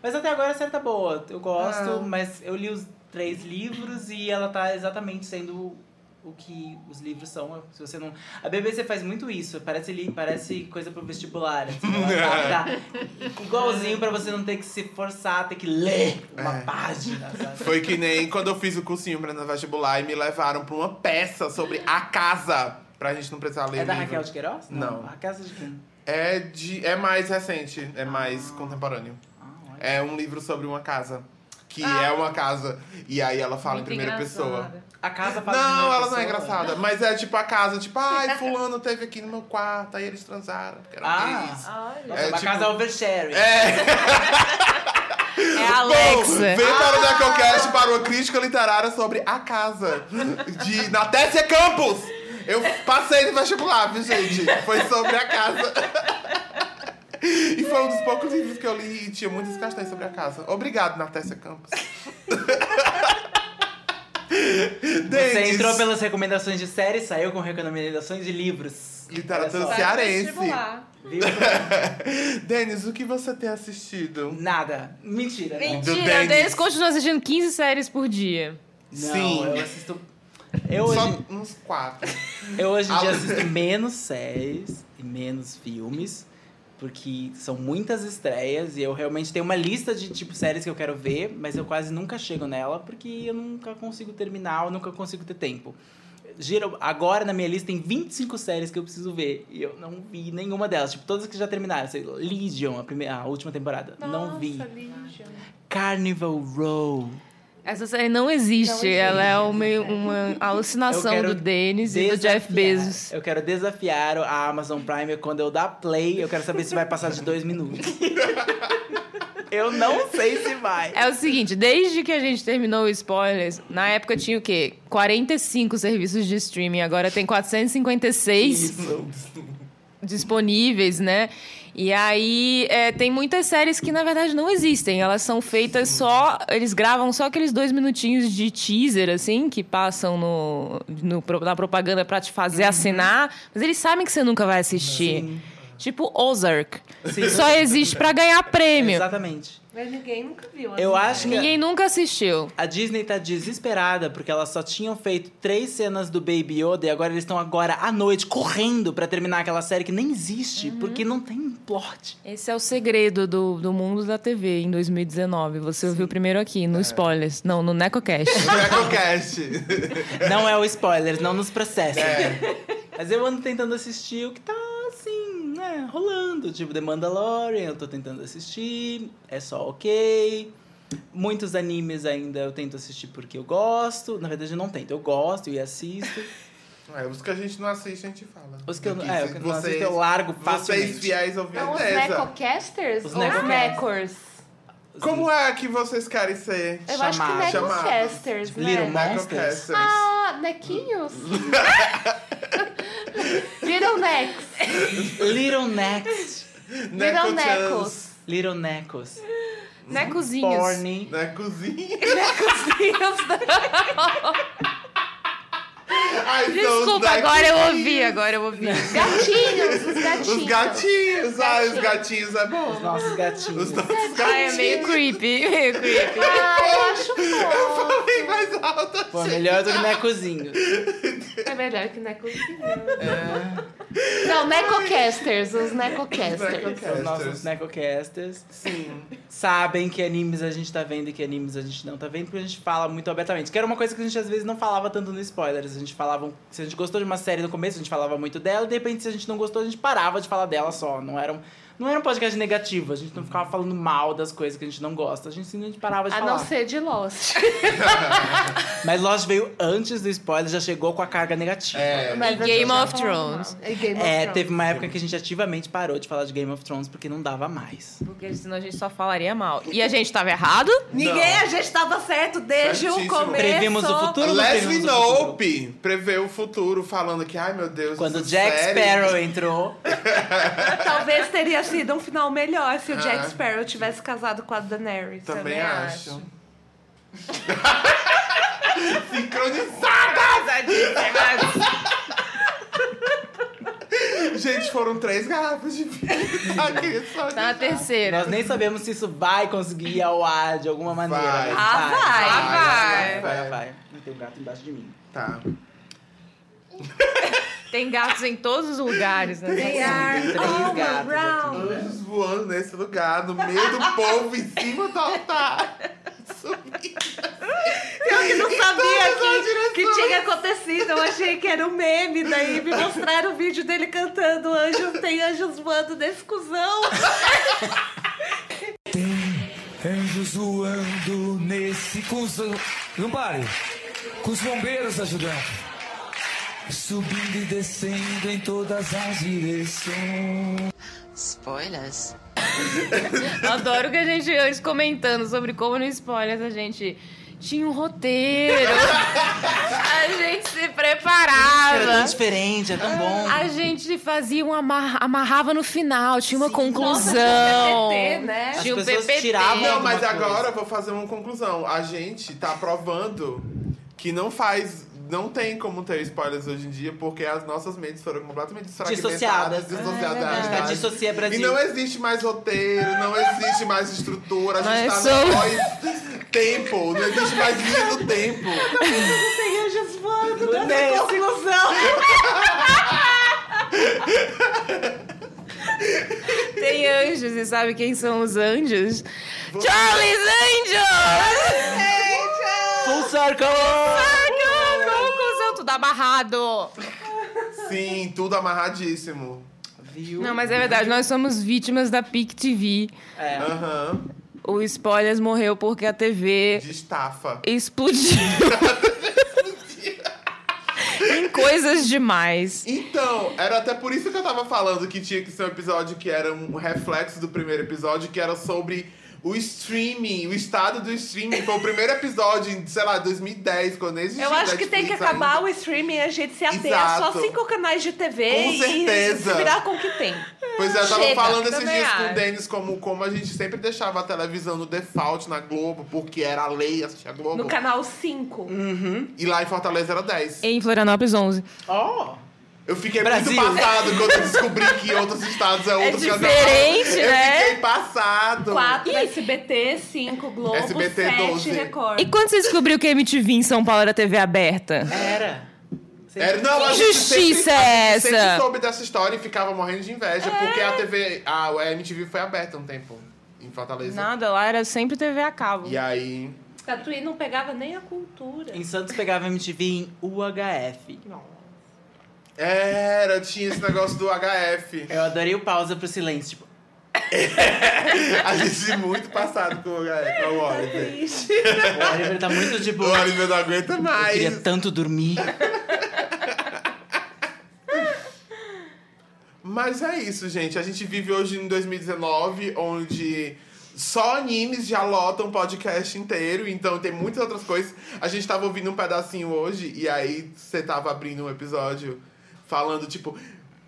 Speaker 2: Mas até agora a série tá boa. Eu gosto,
Speaker 1: Ah.
Speaker 2: mas eu li os três livros e ela tá exatamente sendo o que os livros são. Se você não... A BBC faz muito isso. Parece, li... Parece coisa pro vestibular. assim, ela
Speaker 1: [laughs]
Speaker 2: tá- tá igualzinho pra você não ter que se forçar, ter que ler uma
Speaker 1: É. [laughs]
Speaker 2: página. Sabe?
Speaker 1: Foi que nem quando eu fiz o cursinho pra no vestibular e me levaram pra uma peça sobre a casa. Pra gente não precisar ler
Speaker 2: É
Speaker 1: o
Speaker 2: da
Speaker 1: livro.
Speaker 2: Raquel de Queiroz?
Speaker 1: Não.
Speaker 2: A casa de quem?
Speaker 1: É, de, é mais recente, é mais contemporâneo.
Speaker 2: Ah, olha.
Speaker 1: É um livro sobre uma casa. Que
Speaker 2: Ah.
Speaker 1: é uma casa. E aí ela fala em primeira pessoa.
Speaker 2: A casa fala de
Speaker 1: Não,
Speaker 2: uma
Speaker 1: ela não é
Speaker 2: pessoa.
Speaker 1: engraçada. Mas é tipo a casa, tipo,
Speaker 3: [laughs]
Speaker 1: ai, fulano teve aqui no meu quarto, aí eles transaram, porque era
Speaker 2: Ah.
Speaker 1: gays.
Speaker 5: Olha.
Speaker 2: Nossa,
Speaker 1: É,
Speaker 2: uma
Speaker 1: tipo-
Speaker 2: casa oversharing.
Speaker 1: É,
Speaker 3: É a
Speaker 1: bom,
Speaker 3: Alexa. Ah.
Speaker 1: vem é para o DecoCast para uma tipo, crítica literária sobre a casa de Natécia Campos. Eu passei no vestibular, viu, gente? Foi sobre a casa. [laughs] E foi um dos poucos livros que eu li e tinha muitas questões sobre a casa. Obrigado, Natécia Campos.
Speaker 2: Você
Speaker 1: Dendes,
Speaker 2: entrou pelas recomendações de série, saiu com recomendações de livros.
Speaker 1: Literatura
Speaker 2: Olha só,
Speaker 1: cearense.
Speaker 2: viu?
Speaker 1: [laughs] Denis, o que você tem assistido?
Speaker 2: Nada. Mentira. né?
Speaker 1: Do
Speaker 3: Mentira,
Speaker 1: Dennis.
Speaker 3: Denis continua assistindo 15 séries por dia.
Speaker 2: Não,
Speaker 1: Sim.
Speaker 2: eu assisto. Eu
Speaker 1: Só
Speaker 2: hoje,
Speaker 1: uns
Speaker 2: [laughs]
Speaker 1: quatro.
Speaker 2: eu hoje em dia
Speaker 1: Alô.
Speaker 2: assisto menos séries e menos filmes. Porque são muitas estreias e eu realmente tenho uma lista de tipo séries que eu quero ver, mas eu quase nunca chego nela porque eu nunca consigo terminar, eu nunca consigo ter tempo. Gira, agora na minha lista tem 25 séries que eu preciso ver e eu não vi nenhuma delas. Tipo, todas que já terminaram. Sei, lá, Legion, a, primeira, a última temporada. não vi. Carnival Row.
Speaker 3: Essa série não existe. Ela é uma, uma alucinação do Denis e do Jeff Bezos.
Speaker 2: Eu quero desafiar a Amazon Prime quando eu dar play. Eu quero saber se vai passar de dois
Speaker 3: [laughs]
Speaker 2: minutos. eu não sei se vai.
Speaker 3: É o seguinte, desde que a gente terminou o spoilers, na época tinha o quê? 45 serviços de streaming, agora tem 456
Speaker 2: Isso.
Speaker 3: disponíveis, né? E aí é, tem muitas séries que na verdade não existem, elas são feitas só, eles gravam só aqueles dois minutinhos de teaser assim que passam no, no pro- na propaganda pra te
Speaker 2: Uhum.
Speaker 3: fazer assinar, mas eles sabem que você nunca vai assistir. Tipo Ozark,
Speaker 2: Sim.
Speaker 3: só existe pra ganhar prêmio.
Speaker 2: Exatamente.
Speaker 4: Mas ninguém nunca viu.
Speaker 2: Eu
Speaker 4: assim.
Speaker 2: acho que.
Speaker 3: Ninguém nunca assistiu.
Speaker 2: A Disney tá desesperada porque elas só tinham feito três cenas do Baby Yoda e agora eles estão agora à noite correndo pra terminar aquela série que nem existe,
Speaker 3: Uhum.
Speaker 2: porque não tem plot.
Speaker 3: Esse é o segredo do, do mundo da TV em 2019. Você ouviu primeiro aqui, no Spoilers. Não,
Speaker 1: [laughs]
Speaker 3: no NecoCast.
Speaker 2: é
Speaker 1: Dragocast.
Speaker 2: Não é o spoilers, não nos processem.
Speaker 1: É.
Speaker 2: Mas eu ando tentando assistir o que tá assim, né, rolando. Tipo, The Mandalorian, eu tô tentando assistir, é só ok. Muitos animes ainda eu tento assistir porque eu gosto. Na verdade, eu não tento, eu gosto e assisto.
Speaker 1: É, os que a gente não assiste, a gente fala.
Speaker 2: Os que eu,
Speaker 1: Porque
Speaker 2: é,
Speaker 1: se
Speaker 2: o que eu não assisto, eu largo
Speaker 1: Vocês
Speaker 2: facilmente.
Speaker 1: fiéis
Speaker 4: Então,
Speaker 5: Não,
Speaker 1: ouvintes.
Speaker 5: os necocasters?
Speaker 2: Os
Speaker 5: ou os
Speaker 2: necocasters.
Speaker 5: necors?
Speaker 1: Como é que vocês querem ser?
Speaker 5: Eu acho que
Speaker 2: Chamados.
Speaker 5: necocasters,
Speaker 2: Little
Speaker 5: né?
Speaker 2: Monsters?
Speaker 1: Necrocasters.
Speaker 5: Ah, nequinhos?
Speaker 2: [laughs]
Speaker 5: Little necks.
Speaker 2: Little Next.
Speaker 5: Little
Speaker 1: Necochans.
Speaker 5: necos.
Speaker 2: Little Necos.
Speaker 5: [laughs]
Speaker 3: Necozinhos.
Speaker 2: Porny.
Speaker 1: Necozinha.
Speaker 3: Necozinhos.
Speaker 1: Ai, são Então, os
Speaker 3: Desculpa, agora eu
Speaker 1: necozinhos.
Speaker 3: ouvi, agora eu ouvi.
Speaker 5: Gatinhos, os gatinhos.
Speaker 1: Os gatinhos. Ai, os gatinhos é bom.
Speaker 2: Os nossos gatinhos.
Speaker 1: Os nossos
Speaker 3: Ah, é
Speaker 1: gatinhos.
Speaker 3: meio creepy, meio creepy.
Speaker 5: Ah, eu acho
Speaker 1: Eu
Speaker 5: fofo.
Speaker 1: falei mais alto.
Speaker 2: Pô, melhor do que Necozinho.
Speaker 5: É melhor que necozinho. Não, necocasters, os necocasters.
Speaker 2: Os
Speaker 1: Necrocasters.
Speaker 2: nossos
Speaker 1: É.
Speaker 2: Necocasters.
Speaker 1: Sim.
Speaker 2: sabem que animes a gente tá vendo e que animes a gente não tá vendo, porque a gente fala muito abertamente. Que era uma coisa que a gente às vezes não falava tanto no spoilers. A gente falava. Se a gente gostou de uma série no começo, a gente falava muito dela, e de repente, se a gente não gostou, a gente parava de falar dela só. Não era um- Não era um podcast negativo, a gente não ficava falando mal das coisas que a gente não gosta. A gente simplesmente parava de
Speaker 4: A
Speaker 2: falar.
Speaker 4: não ser de Lost.
Speaker 2: Mas Lost veio antes do spoiler, já chegou com a carga negativa.
Speaker 1: É.
Speaker 4: Mas
Speaker 3: E
Speaker 4: eu
Speaker 3: Game
Speaker 4: já
Speaker 3: of
Speaker 4: falo mal.
Speaker 5: né?
Speaker 3: Thrones.
Speaker 4: E Game of
Speaker 2: É,
Speaker 4: Thrones.
Speaker 2: teve uma época que a gente ativamente parou de falar de Game of Thrones porque não dava mais.
Speaker 3: Porque senão a gente só falaria mal. E a gente tava errado?
Speaker 4: Ninguém, a gente tava certo desde o
Speaker 1: Certíssimo.
Speaker 4: começo.
Speaker 2: Previmos o futuro não
Speaker 1: Leslie
Speaker 2: previmos o futuro?
Speaker 1: Knope prevê o futuro falando que, ai meu Deus,
Speaker 2: Quando
Speaker 1: essa
Speaker 2: Jack
Speaker 1: série-
Speaker 2: Sparrow entrou,
Speaker 4: Talvez teria sido um final melhor se o
Speaker 1: Ah.
Speaker 4: Jack Sparrow tivesse casado com a Daenerys. né?
Speaker 1: Também
Speaker 5: Também
Speaker 1: acho.
Speaker 5: acho.
Speaker 1: [laughs] Sincronizada! Gente, foram três garrafas de vinho.
Speaker 2: [laughs]
Speaker 1: Aqui, só de-
Speaker 3: Tá na terceira.
Speaker 2: nós nem sabemos se isso vai conseguir ir ao ar de alguma maneira.
Speaker 1: Vai.
Speaker 2: mas
Speaker 4: Ah, vai.
Speaker 1: Ah, vai.
Speaker 2: Vai, vai, vai. Não Tem um gato embaixo de mim.
Speaker 1: Tá.
Speaker 3: Tem gatos em todos os lugares,
Speaker 2: é.
Speaker 4: They
Speaker 3: né?
Speaker 4: are
Speaker 2: Três
Speaker 4: all
Speaker 2: gatos aqui. né?
Speaker 4: around.
Speaker 1: Anjos voando nesse lugar, no meio do povo, em cima do altar. Subindo.
Speaker 4: Eu que não
Speaker 1: todas
Speaker 4: sabia
Speaker 1: as
Speaker 4: que, que
Speaker 1: direções.
Speaker 4: tinha acontecido. Eu achei que era um meme. Daí me mostraram o vídeo dele cantando Anjos tem anjos voando desse cuzão.
Speaker 7: Anjo zoando nesse. Com os. Não pare! Com os bombeiros ajudando. Subindo e descendo em todas as direções.
Speaker 6: Spoilers.
Speaker 3: Adoro que a gente antes comentando sobre como no spoilers a gente tinha um roteiro. a gente se
Speaker 2: Era tão
Speaker 3: preparava.
Speaker 2: diferente, é tão bom.
Speaker 3: A gente fazia um amarra- amarrava no final, tinha uma conclusão.
Speaker 4: tinha um PPT, né?
Speaker 2: As
Speaker 3: Tinha um
Speaker 2: pessoas
Speaker 3: PPT.
Speaker 2: tiravam
Speaker 1: Não, mas
Speaker 2: alguma coisa.
Speaker 1: agora eu vou fazer uma conclusão. A gente tá provando que não faz. Não tem como ter spoilers hoje em dia, porque as nossas mentes foram completamente
Speaker 2: Dissociadas.
Speaker 1: fragmentadas, dissociadas.
Speaker 2: A gente tá dissocia
Speaker 1: E
Speaker 2: Brasil.
Speaker 1: não é existe mais roteiro, não existe mais estrutura, a gente
Speaker 3: Mas
Speaker 1: tá
Speaker 3: sou-
Speaker 1: no pós-tempo, não existe mais linha do tempo.
Speaker 4: Tem anjos voando
Speaker 2: Não é
Speaker 4: dessa
Speaker 2: desce.
Speaker 4: conclusão.
Speaker 3: Tem anjos, e sabe quem são os anjos? Charlie's Angels!
Speaker 2: Full circle!
Speaker 3: Ai, que louco, cuzão, tudo amarrado!
Speaker 1: Sim, tudo amarradíssimo.
Speaker 2: Viu?
Speaker 3: Não, mas é verdade, nós somos vítimas da PIC TV.
Speaker 2: É.
Speaker 1: Aham.
Speaker 3: O Spoilers morreu porque a TV
Speaker 1: De estafa.
Speaker 3: [laughs] explodiu. em coisas demais.
Speaker 1: Então, era até por isso que eu tava falando que tinha que ser um episódio que era um reflexo do primeiro episódio, que era sobre o streaming, o estado do streaming. Foi o primeiro episódio em, sei lá, 2010, quando nem existia
Speaker 4: Eu acho que tem que
Speaker 1: Netflix
Speaker 4: acabar
Speaker 1: ainda.
Speaker 4: o streaming e a gente se ater a
Speaker 1: Exato.
Speaker 4: só cinco canais de TV
Speaker 1: Com
Speaker 4: e
Speaker 1: certeza.
Speaker 4: se virar com o que tem.
Speaker 1: Pois é, eu tava
Speaker 3: Chega,
Speaker 1: falando esses
Speaker 3: também
Speaker 1: dias com
Speaker 3: acho.
Speaker 1: o Denis como, como a gente sempre deixava a televisão no default na Globo, porque era a lei assistir a Globo.
Speaker 4: No canal 5.
Speaker 1: Hum. E lá em Fortaleza era 10.
Speaker 3: Em Florianópolis 11.
Speaker 2: Ó!
Speaker 1: Eu fiquei
Speaker 2: Brasil.
Speaker 1: muito passado quando eu descobri que em outros estados é outro canal.
Speaker 3: diferente,
Speaker 1: eu
Speaker 3: né?
Speaker 1: fiquei passado.
Speaker 4: 4 SBT, 5 Globo,
Speaker 1: SBT
Speaker 4: 7
Speaker 1: 12.
Speaker 4: Record.
Speaker 3: E quando você descobriu que a MTV em São Paulo era TV aberta?
Speaker 2: Era. Você-
Speaker 1: É, não, a gente sempre-
Speaker 3: Injustiça
Speaker 1: a
Speaker 3: é
Speaker 1: gente
Speaker 3: essa?
Speaker 1: sempre soube dessa história e ficava morrendo de inveja, porque a TV, a MTV foi aberta um tempo em Fortaleza.
Speaker 3: Nada, lá era sempre TV a cabo.
Speaker 1: E aí.
Speaker 4: Tatuí não pegava nem a cultura.
Speaker 2: Em Santos pegava MTV em UHF.
Speaker 1: Era, tinha esse negócio do HF.
Speaker 2: Eu adorei o pausa pro silêncio. Tipo,
Speaker 1: A gente muito passado com o HF. com O
Speaker 4: [laughs]
Speaker 1: Oliver.
Speaker 4: Tá Triste.
Speaker 2: o Oliver tá muito de
Speaker 1: O
Speaker 2: boa.
Speaker 1: Oliver não aguenta
Speaker 2: Eu
Speaker 1: mais.
Speaker 2: queria tanto dormir.
Speaker 1: Mas é isso, gente. A gente vive hoje em 2019, onde só animes já lotam o podcast inteiro, então tem muitas outras coisas. A gente tava ouvindo um pedacinho hoje, e aí você tava abrindo um episódio falando, tipo,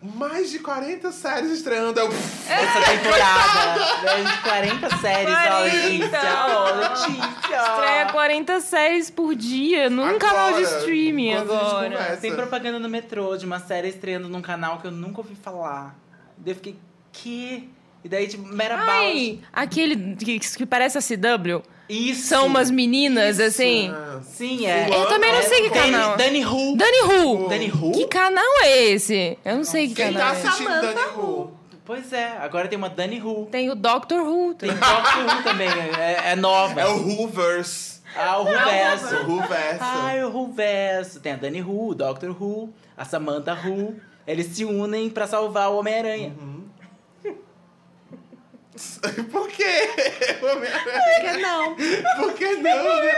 Speaker 1: mais de 40 séries estreando. Eu,
Speaker 2: Essa [laughs] temporada. velho, de 40 séries, ó,
Speaker 3: 40.
Speaker 2: Letícia. Ó, Letícia.
Speaker 3: Estreia 40 séries por dia num
Speaker 1: Agora,
Speaker 3: É um canal de streaming
Speaker 1: enquanto a gente
Speaker 3: agora.
Speaker 1: conversa.
Speaker 2: Tem propaganda no metrô de uma série estreando num canal que eu nunca ouvi falar. Daí eu fiquei, que? E daí, tipo, Mera Balde.
Speaker 3: Ai, aquele que, que parece a CW.
Speaker 2: Isso.
Speaker 3: São umas meninas,
Speaker 2: Isso.
Speaker 3: assim.
Speaker 1: ah,
Speaker 2: Sim, é.
Speaker 1: Eu
Speaker 3: também não
Speaker 2: É,
Speaker 3: sei que
Speaker 2: Dani-
Speaker 3: canal.
Speaker 2: Dani Who.
Speaker 3: Dani Who!
Speaker 2: Dani Who?
Speaker 3: Que canal é esse? Eu não sei que
Speaker 1: Quem
Speaker 3: canal
Speaker 1: tá
Speaker 3: é.
Speaker 1: assistindo
Speaker 4: Samantha
Speaker 1: Dani Who?
Speaker 2: Pois é, agora tem uma Dani Who.
Speaker 3: Tem o Doctor Who.
Speaker 2: Tem
Speaker 3: Tem...
Speaker 2: Doctor Who também, é, é nova.
Speaker 1: É o Whoverse.
Speaker 2: Ah, o
Speaker 3: É
Speaker 2: Ruverso.
Speaker 1: O Whoverso.
Speaker 2: Ai, o Ruverso. Tem a Dani Who, o Doctor Who, a Samantha Who. Eles se unem pra salvar o Homem-Aranha.
Speaker 1: [laughs] Por quê?
Speaker 4: Por que não?
Speaker 1: Por que não, né?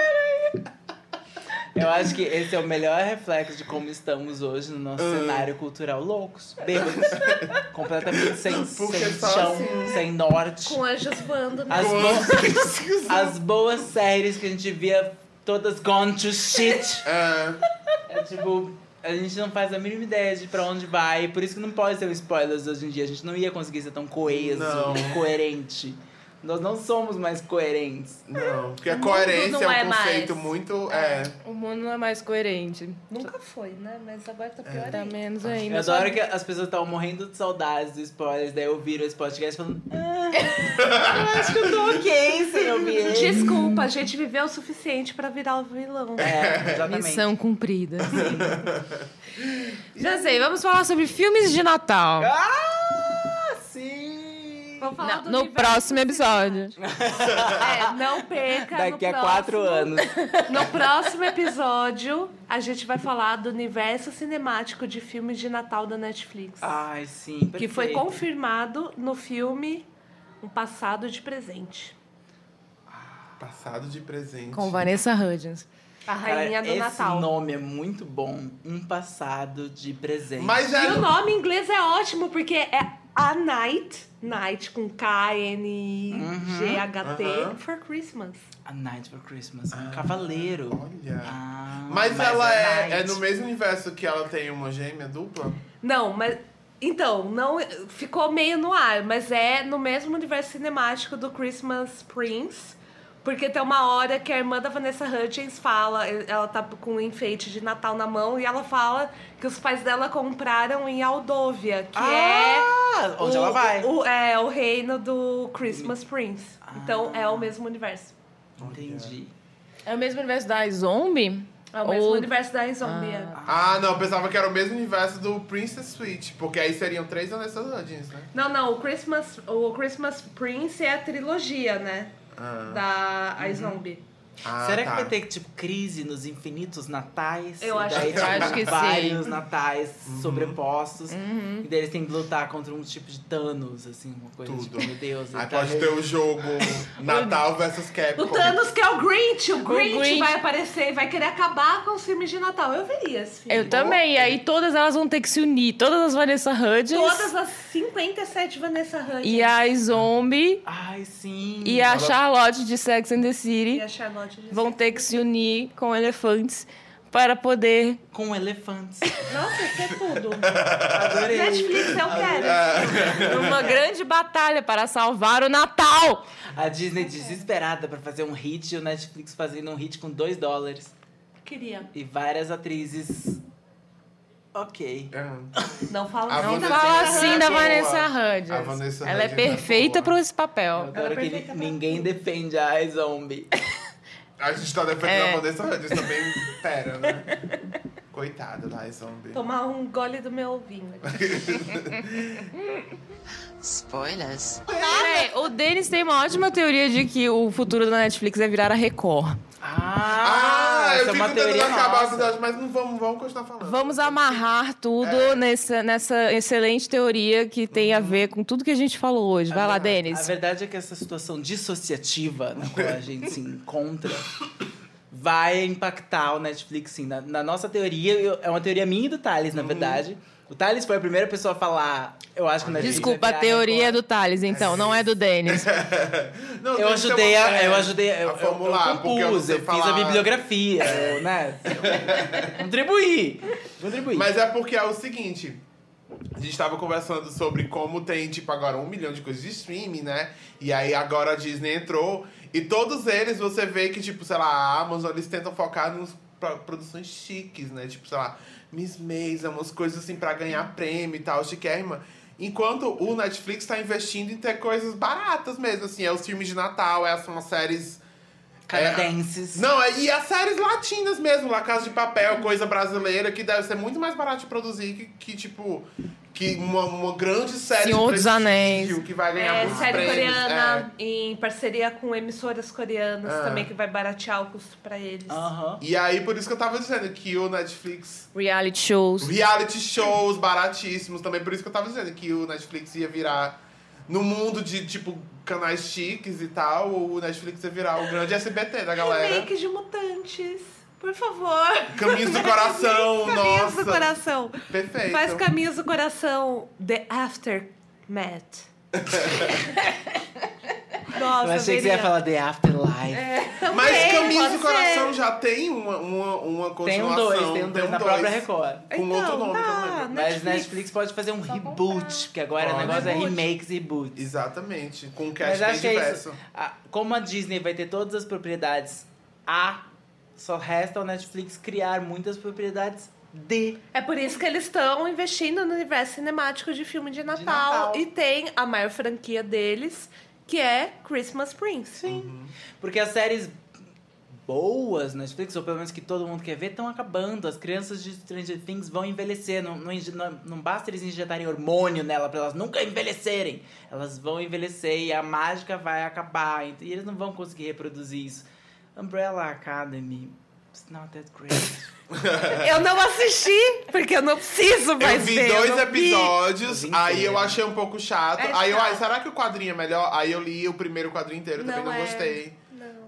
Speaker 2: Eu acho que esse é o melhor reflexo de como estamos hoje no nosso
Speaker 1: Ah.
Speaker 2: cenário cultural loucos,
Speaker 1: [laughs]
Speaker 2: bêbados, completamente sem,
Speaker 1: Porque
Speaker 2: sem
Speaker 1: só
Speaker 2: chão,
Speaker 1: assim-
Speaker 2: sem norte.
Speaker 5: Com anjos voando, né?
Speaker 2: As,
Speaker 1: Com [laughs]
Speaker 2: boas,
Speaker 1: as-
Speaker 2: as boas séries que a gente via todas gone to shit.
Speaker 1: Ah,
Speaker 2: É tipo, a gente não faz a mínima ideia de pra onde vai, por isso que não pode ser um spoilers hoje em dia. A gente não ia conseguir ser tão coeso,
Speaker 1: Não.
Speaker 2: coerente. Nós não somos mais coerentes.
Speaker 1: não. Porque a coerência
Speaker 5: não
Speaker 1: é
Speaker 5: é
Speaker 1: um
Speaker 5: mais.
Speaker 1: conceito muito. É.
Speaker 3: O mundo não é mais coerente.
Speaker 5: Nunca foi, né? Mas agora tá pior
Speaker 3: Tá
Speaker 5: ainda.
Speaker 3: menos
Speaker 2: Eu
Speaker 3: ainda.
Speaker 2: adoro que as pessoas estavam morrendo de saudades do spoilers, daí ouviram esse podcast falando.
Speaker 4: [laughs]
Speaker 2: "Ah, eu acho que eu tô ok sem ouvir ele.
Speaker 4: Desculpa, a gente viveu o suficiente pra virar o vilão.
Speaker 2: É, exatamente.
Speaker 3: Missão cumprida. assim. Já sei, vamos falar sobre filmes de Natal.
Speaker 2: Ah, sim!
Speaker 4: Vamos falar
Speaker 3: Não,
Speaker 4: do
Speaker 3: no
Speaker 4: universo
Speaker 3: próximo episódio.
Speaker 4: É, não perca.
Speaker 2: Daqui
Speaker 4: no
Speaker 2: a quatro
Speaker 4: próximo-
Speaker 2: anos.
Speaker 4: No próximo episódio, a gente vai falar do universo cinemático de filmes de Natal da Netflix.
Speaker 2: Ai, sim. Ah, Perfeito.
Speaker 4: que foi confirmado no filme Um Passado de Presente.
Speaker 1: Passado de presente.
Speaker 3: Com Vanessa Hudgens.
Speaker 4: A
Speaker 2: Cara,
Speaker 4: Rainha do
Speaker 2: esse
Speaker 4: Natal.
Speaker 2: nome é muito bom. Um passado de presente.
Speaker 1: Mas é- já.
Speaker 4: E o nome em inglês é ótimo, porque é A Night, Night com K-N-G-H-T,
Speaker 1: Uhum.
Speaker 4: for Christmas.
Speaker 2: A Night for Christmas. Um cavaleiro.
Speaker 1: Olha.
Speaker 2: Ah,
Speaker 1: Mas, ela
Speaker 2: a
Speaker 1: é,
Speaker 2: Night-
Speaker 1: é no mesmo universo que ela tem uma gêmea dupla?
Speaker 4: Não, mas... Então, não ficou meio no ar, mas é no mesmo universo cinemático do Christmas Prince. Porque tem uma hora que a irmã da Vanessa Hudgens fala, ela tá com um enfeite de Natal na mão, e ela fala que os pais dela compraram em Aldovia, que é
Speaker 2: Ah, onde
Speaker 4: o-
Speaker 2: ela vai.
Speaker 4: O, é, o reino do Christmas Prince. Então
Speaker 2: Ah.
Speaker 4: é o mesmo universo.
Speaker 2: Entendi.
Speaker 3: É o mesmo universo da Zombie?
Speaker 4: É o mesmo
Speaker 3: Ou-
Speaker 4: universo da Zombie. é.
Speaker 1: Ah, não, eu pensava que era o mesmo universo do Princess Switch, porque aí seriam três Vanessa Hudgens, né?
Speaker 4: Não, não, o Christmas, o Christmas Prince é a trilogia, né?
Speaker 1: Ah.
Speaker 4: Da
Speaker 3: Uhum.
Speaker 4: a Zombie.
Speaker 1: Ah,
Speaker 2: Será que
Speaker 1: tá.
Speaker 2: vai ter, tipo, crise nos infinitos natais?
Speaker 4: Eu
Speaker 2: E
Speaker 4: acho
Speaker 2: daí,
Speaker 4: que
Speaker 2: tipo,
Speaker 3: sim. Acho que sim. Uhum.
Speaker 2: vários natais
Speaker 1: Uhum.
Speaker 2: sobrepostos. E daí eles têm que lutar contra um tipo de Thanos, assim, uma coisa
Speaker 1: Tudo.
Speaker 2: tipo, meu Deus.
Speaker 1: Aí
Speaker 2: ele
Speaker 1: pode ter o jogo Natal versus Capcom.
Speaker 4: O Thanos que é o Grinch, o Grinch,
Speaker 3: Grinch.
Speaker 4: vai aparecer e vai querer acabar com os filmes de Natal. Eu veria assim. esse filme.
Speaker 3: Eu também. E aí todas elas vão ter que se unir. Todas as Vanessa Hudgens.
Speaker 4: Todas as 57 Vanessa Hudgens
Speaker 3: E a Zombie.
Speaker 2: Ai, sim.
Speaker 3: E a Charlotte de Sex and the
Speaker 4: e
Speaker 3: City
Speaker 4: a Charlotte. de-
Speaker 3: vão ter que se unir com elefantes para poder.
Speaker 2: Com elefantes.
Speaker 4: Nossa, isso é
Speaker 2: [laughs]
Speaker 4: tudo.
Speaker 2: Adorei.
Speaker 4: Netflix, eu quero.
Speaker 2: É.
Speaker 1: É.
Speaker 3: Uma grande batalha para salvar o Natal!
Speaker 2: A Disney desesperada pra fazer um hit e o Netflix fazendo um hit com dois dólares.
Speaker 4: Queria.
Speaker 2: E várias atrizes. Ok.
Speaker 1: Ah,
Speaker 4: Não fala
Speaker 1: A
Speaker 4: não
Speaker 1: Vanessa-
Speaker 3: Fala
Speaker 1: Vanessa
Speaker 3: assim da
Speaker 1: Hudgens.
Speaker 3: Vanessa
Speaker 1: A
Speaker 3: Hudgens.
Speaker 1: Vanessa
Speaker 3: Ela é
Speaker 1: Hudgens é
Speaker 3: perfeita
Speaker 1: boa.
Speaker 3: para esse
Speaker 2: Eu
Speaker 3: papel.
Speaker 2: adoro que ninguém defende a iZombie.
Speaker 1: A gente tá defendendo
Speaker 3: É.
Speaker 1: a Vanessa Hudgens também. Pera, né? Coitada da Zombie.
Speaker 4: Tomar um gole do meu vinho.
Speaker 6: Spoilers.
Speaker 3: Peraí, o Denis tem uma ótima teoria de que o futuro da Netflix é virar a Record.
Speaker 2: Ah,
Speaker 1: Ah,
Speaker 2: essa
Speaker 1: eu
Speaker 2: é
Speaker 1: fico
Speaker 2: uma
Speaker 1: tentando
Speaker 2: teoria
Speaker 1: acabar a
Speaker 2: nossa.
Speaker 1: cidade, mas não vamos, vamos continuar falando.
Speaker 3: Vamos amarrar tudo nessa, nessa excelente teoria que tem a ver com tudo que a gente falou hoje. Vai lá,
Speaker 2: A
Speaker 3: Denis.
Speaker 2: verdade é que essa situação dissociativa na qual a gente se encontra vai impactar o Netflix, sim. Na, na nossa teoria, eu- é uma teoria minha e do Thales,
Speaker 1: Uhum.
Speaker 2: na verdade. O Thales foi a primeira pessoa a falar, eu acho que o Netflix vai
Speaker 3: Desculpa, a
Speaker 2: virar
Speaker 3: teoria é
Speaker 2: Record."
Speaker 3: do Thales, então, não é do Denis.
Speaker 1: Não, tem
Speaker 2: Eu
Speaker 1: que
Speaker 2: ajudei,
Speaker 1: ter uma-
Speaker 2: a, eu ajudei, eu,
Speaker 1: é, a
Speaker 2: eu- eu
Speaker 1: formular, porque é eu não
Speaker 2: compus,
Speaker 1: sei
Speaker 2: eu, fiz
Speaker 1: falar.
Speaker 2: a bibliografia,
Speaker 1: [laughs]
Speaker 2: eu, né? Eu Contribuí, contribuí.
Speaker 1: Mas é porque é o seguinte. A gente tava conversando sobre como tem, tipo, agora um milhão de coisas de streaming, né? E aí agora a Disney entrou. E todos eles você vê que, tipo, sei lá, a Amazon, eles tentam focar nos pro- produções chiques, né? Tipo, sei lá, Miss Maisel, umas coisas assim pra ganhar prêmio e tal, chiquérrima. Enquanto o Netflix tá investindo em ter coisas baratas mesmo, assim. É os filmes de Natal, é as- são as séries
Speaker 2: Canadenses.
Speaker 1: é, não, é- e as séries latinas mesmo, La Casa de Papel, coisa brasileira, que deve ser muito mais barato de produzir que, que, tipo, que uma, uma grande série de
Speaker 3: Senhor dos
Speaker 1: prestígio
Speaker 3: Anéis.
Speaker 1: que vai ganhar
Speaker 4: É,
Speaker 1: muitos
Speaker 4: série
Speaker 1: prêmios. é.
Speaker 4: coreana, em parceria com emissoras coreanas
Speaker 1: Ah.
Speaker 4: também, que vai baratear o custo pra eles.
Speaker 2: Aham.
Speaker 1: É. E aí, por isso que eu tava dizendo que o Netflix.
Speaker 3: Reality shows.
Speaker 1: Reality shows baratíssimos também, por isso que eu tava dizendo que o Netflix ia virar no mundo de, tipo, canais chiques e tal, o Netflix ia virar o grande SBT da galera.
Speaker 4: Remake de mutantes. Por favor.
Speaker 1: Caminhos do coração,
Speaker 4: Caminhos
Speaker 1: nossa.
Speaker 4: do coração.
Speaker 1: Perfeito.
Speaker 4: Faz Caminhos do Coração The Aftermath.
Speaker 1: [laughs]
Speaker 4: Nossa,
Speaker 2: Eu achei que você ia
Speaker 4: veria.
Speaker 2: falar The Afterlife.
Speaker 1: Mas
Speaker 4: Também,
Speaker 1: Caminhos do
Speaker 4: Então pode
Speaker 1: Coração
Speaker 4: ser.
Speaker 1: já tem uma, uma, uma
Speaker 2: Tem um
Speaker 1: continuação.
Speaker 2: dois, tem um dois na própria
Speaker 1: dois.
Speaker 2: Record.
Speaker 1: Com
Speaker 4: Então,
Speaker 1: outro nome, que eu não lembro.
Speaker 2: Mas Netflix pode fazer um reboot, porque agora o
Speaker 1: Pode.
Speaker 2: negócio é
Speaker 4: Reboot.
Speaker 2: remakes e reboots.
Speaker 1: Exatamente. Com um cast
Speaker 2: Mas
Speaker 1: bem
Speaker 2: acho que é isso.
Speaker 1: diverso.
Speaker 2: A- Como a Disney vai ter todas as propriedades A, só resta ao Netflix criar muitas propriedades D.
Speaker 4: É por isso que eles estão investindo no universo cinemático de filme de Natal,
Speaker 2: Natal.
Speaker 4: E tem a maior franquia deles, que é Christmas Prince. Sim.
Speaker 2: Porque as séries boas na Netflix, ou pelo menos que todo mundo quer ver, estão acabando. As crianças de Stranger Things vão envelhecer. Não, não, inje- não- não basta eles injetarem hormônio nela pra elas nunca envelhecerem. Elas vão envelhecer e a mágica vai acabar. ent- E eles não vão conseguir reproduzir isso. Umbrella Academy. It's not that
Speaker 1: [laughs]
Speaker 2: great.
Speaker 4: Eu não assisti, porque eu não preciso
Speaker 1: Eu
Speaker 4: mais
Speaker 1: vi
Speaker 4: ver. eu
Speaker 1: dois
Speaker 4: não vi.
Speaker 1: episódios,
Speaker 2: Eu vi
Speaker 1: aí
Speaker 2: inteiro.
Speaker 1: eu achei um pouco chato.
Speaker 4: É
Speaker 1: aí eu,
Speaker 4: chato.
Speaker 1: ai, será que o quadrinho é melhor? Aí eu li o primeiro quadrinho inteiro, também
Speaker 4: Não
Speaker 1: não
Speaker 4: é.
Speaker 1: gostei.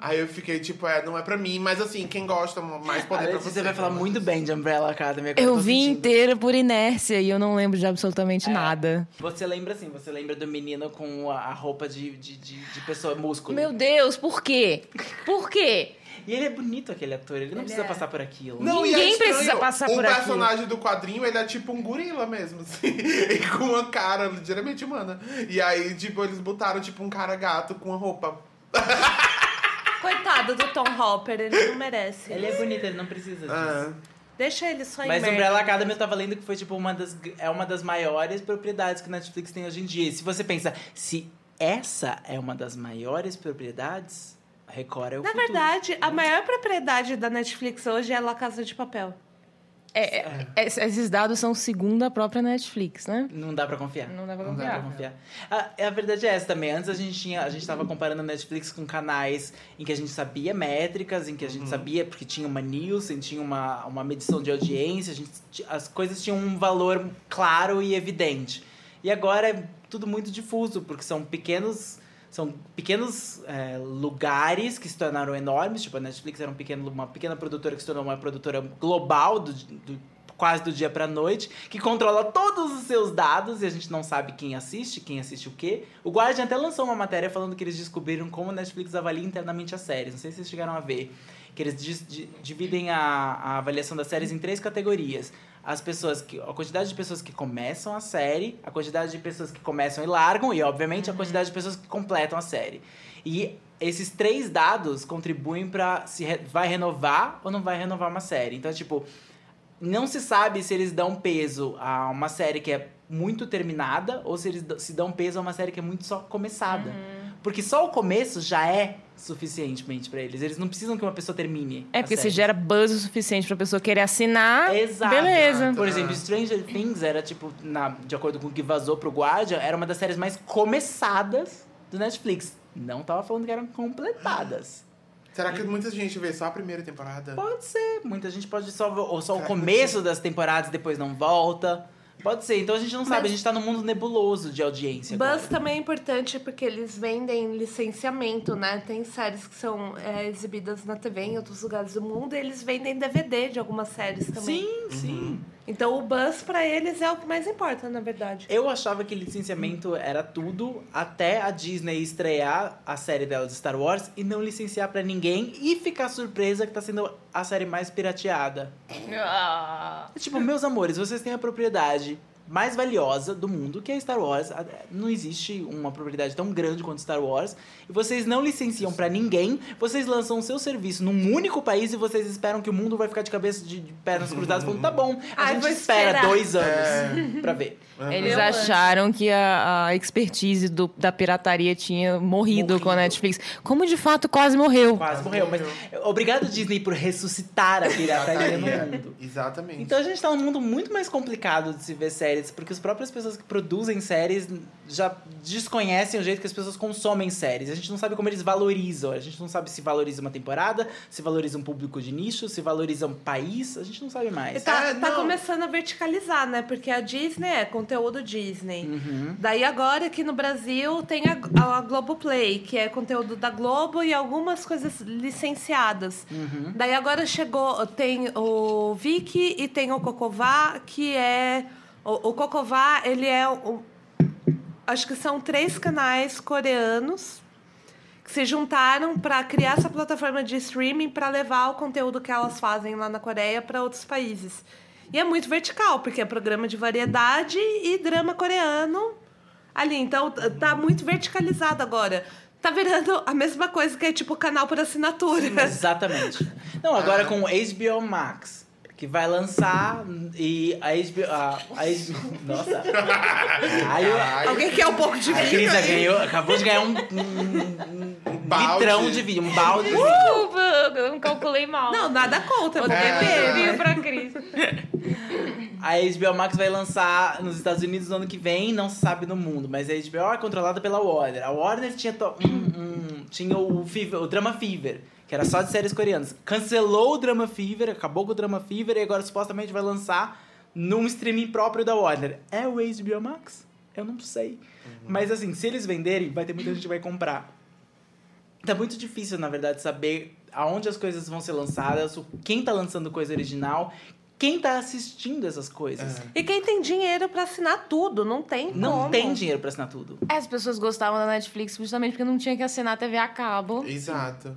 Speaker 1: Aí eu fiquei tipo, é, não é pra mim, mas assim, quem gosta, mais poder pra
Speaker 2: Parece
Speaker 1: você.
Speaker 2: que você vai falar
Speaker 1: né?
Speaker 2: muito bem de Umbrella Academy. agora
Speaker 3: Eu
Speaker 2: É, tô
Speaker 3: vi
Speaker 2: sentindo. É.
Speaker 3: inteiro por inércia e eu não lembro de absolutamente nada.
Speaker 2: Você lembra assim, você lembra do menino com a a roupa de, de, de, de pessoa músculo.
Speaker 3: Meu Deus, por quê? Por quê?
Speaker 2: E ele é bonito aquele ator, ele não
Speaker 3: é.
Speaker 2: precisa passar por aquilo.
Speaker 1: Não, e é
Speaker 3: Ninguém
Speaker 1: estranho,
Speaker 3: precisa passar
Speaker 1: o
Speaker 3: por
Speaker 1: O
Speaker 3: aqui.
Speaker 1: personagem do quadrinho, ele é tipo um gorila mesmo, [laughs] assim. E com uma cara ligeiramente humana. E aí, tipo, eles botaram tipo um cara gato com uma roupa.
Speaker 4: Coitado do Tom Hopper, ele não merece.
Speaker 2: Ele é bonito, ele não precisa disso.
Speaker 1: Ah.
Speaker 4: Deixa ele só em
Speaker 2: Mas
Speaker 4: merda.
Speaker 2: Umbrella Academy eu tava lendo que foi tipo uma das é uma das maiores propriedades que o Netflix tem hoje em dia. E se você pensa, se essa é uma das maiores propriedades, a Record é o
Speaker 4: Na
Speaker 2: futuro.
Speaker 4: verdade, a maior propriedade da Netflix hoje é La Casa de Papel.
Speaker 3: É, é, es- esses dados são segundo a própria Netflix, né?
Speaker 2: Não dá pra confiar.
Speaker 3: Não dá pra
Speaker 2: Não dá pra
Speaker 3: confiar.
Speaker 2: confiar. A, a verdade é essa também. Antes a gente tinha, a gente tava comparando a Netflix com canais em que a gente sabia métricas, em que a gente sabia porque tinha uma Nielsen, tinha uma, uma medição de audiência, a gente ti- as coisas tinham um valor claro e evidente. E agora é tudo muito difuso, porque são pequenos são pequenos é, lugares que se tornaram enormes, tipo a Netflix era um pequeno, uma pequena produtora que se tornou uma produtora global do, do- quase do dia pra noite, que controla todos os seus dados e a gente não sabe quem assiste, quem assiste o quê. O Guardian até lançou uma matéria falando que eles descobriram como a Netflix avalia internamente as séries. Não sei se vocês chegaram a ver. Que eles dis- di- dividem a, a avaliação das séries em três categorias. As pessoas que. A quantidade de pessoas que começam a série, a quantidade de pessoas que começam e largam, e obviamente a quantidade de pessoas que completam a série. E esses três dados contribuem pra se re- vai renovar ou não vai renovar uma série. Então, é tipo, não se sabe se eles dão peso a uma série que é muito terminada ou se eles d- se dão peso a uma série que é muito só começada.
Speaker 3: Uhum.
Speaker 2: Porque só o começo já é suficientemente pra eles. Eles não precisam que uma pessoa termine.
Speaker 3: É
Speaker 2: a
Speaker 3: porque se
Speaker 2: série.
Speaker 3: gera buzz o suficiente pra pessoa querer assinar.
Speaker 2: Exato.
Speaker 3: Beleza.
Speaker 2: Por exemplo, Stranger Things era, tipo, na- de acordo com o que vazou pro Guardian, era uma das séries mais começadas do Netflix. Não tava falando que eram completadas.
Speaker 1: Será que muita gente vê só a primeira temporada?
Speaker 2: Pode ser. Muita gente pode só ver ou só o
Speaker 1: Cara,
Speaker 2: começo das temporadas e depois não volta. Pode ser. Então a gente não sabe. A gente tá num mundo nebuloso de audiência.
Speaker 4: Buzz
Speaker 2: agora.
Speaker 4: também é importante porque eles vendem licenciamento, né? Tem séries que são é, exibidas na TV em outros lugares do mundo e eles vendem DVD de algumas séries também.
Speaker 2: Sim, sim.
Speaker 4: Então o buzz pra eles é o que mais importa, na verdade.
Speaker 2: Eu achava que licenciamento era tudo até a Disney estrear a série dela de Star Wars e não licenciar pra ninguém e ficar surpresa que tá sendo a série mais pirateada.
Speaker 4: Ah.
Speaker 2: É Tipo, meus amores, vocês têm a propriedade mais valiosa do mundo, que é Star Wars. A- Não existe uma propriedade tão grande quanto Star Wars. E vocês não licenciam pra ninguém, vocês lançam o seu serviço num único país e vocês esperam que o mundo vai ficar de cabeça de de pernas cruzadas falando, tá bom, a
Speaker 4: Ai,
Speaker 2: gente
Speaker 4: vou
Speaker 2: espera
Speaker 4: esperar."
Speaker 2: dois anos pra ver.
Speaker 3: Eles
Speaker 5: Eu
Speaker 3: acharam que a, a expertise do- da pirataria tinha morrido,
Speaker 2: Morrido.
Speaker 3: com a Netflix. Como de fato quase morreu.
Speaker 2: Quase morreu, mas obrigado Disney por ressuscitar a pirataria no é mundo.
Speaker 1: Tá Exatamente.
Speaker 2: Então a gente tá num mundo muito mais complicado de se ver séries vezes, porque as próprias pessoas que produzem séries já desconhecem o jeito que as pessoas consomem séries. A gente não sabe como eles valorizam, a gente não sabe se valoriza uma temporada, se valoriza um público de nicho, se valoriza um país, a gente não sabe mais.
Speaker 4: Tá,
Speaker 1: É,
Speaker 4: tá
Speaker 1: não.
Speaker 4: começando a verticalizar, né? Porque a Disney é conteúdo Disney. Daí agora aqui no Brasil tem a, a Globoplay, que é conteúdo da Globo e algumas coisas licenciadas. Daí agora chegou, tem o Vicky e tem o Cocová, que é... O, o Cocová, ele é... o- acho que são três canais coreanos que se juntaram para criar essa plataforma de streaming para levar o conteúdo que elas fazem lá na Coreia para outros países. E é muito vertical, porque é programa de variedade e drama coreano ali. Então t- tá muito verticalizado agora. Tá virando a mesma coisa que é tipo canal por assinatura.
Speaker 2: Exatamente. Não, agora com o HBO Max, que vai lançar e a HBO. A, a HBO [laughs] nossa! Aí, o-
Speaker 4: [laughs] Alguém quer um pouco de
Speaker 2: a
Speaker 4: vinho?
Speaker 2: Cris
Speaker 4: aí?
Speaker 2: Tipo, ganhou, acabou de ganhar um, um, um
Speaker 1: balde.
Speaker 2: litrão de vinho, um balde.
Speaker 4: Uh!
Speaker 3: Desculpa, eu não calculei mal.
Speaker 4: Não, nada contra.
Speaker 3: Vou
Speaker 4: né? bom
Speaker 1: É.
Speaker 2: É.
Speaker 3: beber,
Speaker 4: beber,
Speaker 3: viu,
Speaker 4: viu?
Speaker 3: pra Cris.
Speaker 2: A HBO Max vai lançar nos Estados Unidos no ano que vem, não se sabe no mundo, mas a HBO é controlada pela Warner. A Warner tinha, to- um- um- tinha o, Fever- o Drama Fever, que era só de séries coreanas. Cancelou o Drama Fever, acabou com o Drama Fever e agora supostamente vai lançar num streaming próprio da Warner. É o HBO Max? Eu não sei.
Speaker 4: Uhum.
Speaker 2: Mas assim, se eles venderem, vai ter muita gente que vai comprar. Tá muito difícil, na verdade, saber aonde as coisas vão ser lançadas, o- quem tá lançando coisa original, quem tá assistindo essas coisas.
Speaker 1: É.
Speaker 4: E quem tem dinheiro para assinar tudo? Não tem
Speaker 2: Não
Speaker 4: como.
Speaker 2: tem dinheiro pra assinar tudo.
Speaker 3: As pessoas gostavam da Netflix justamente porque não tinha que assinar TV a cabo.
Speaker 1: Exato.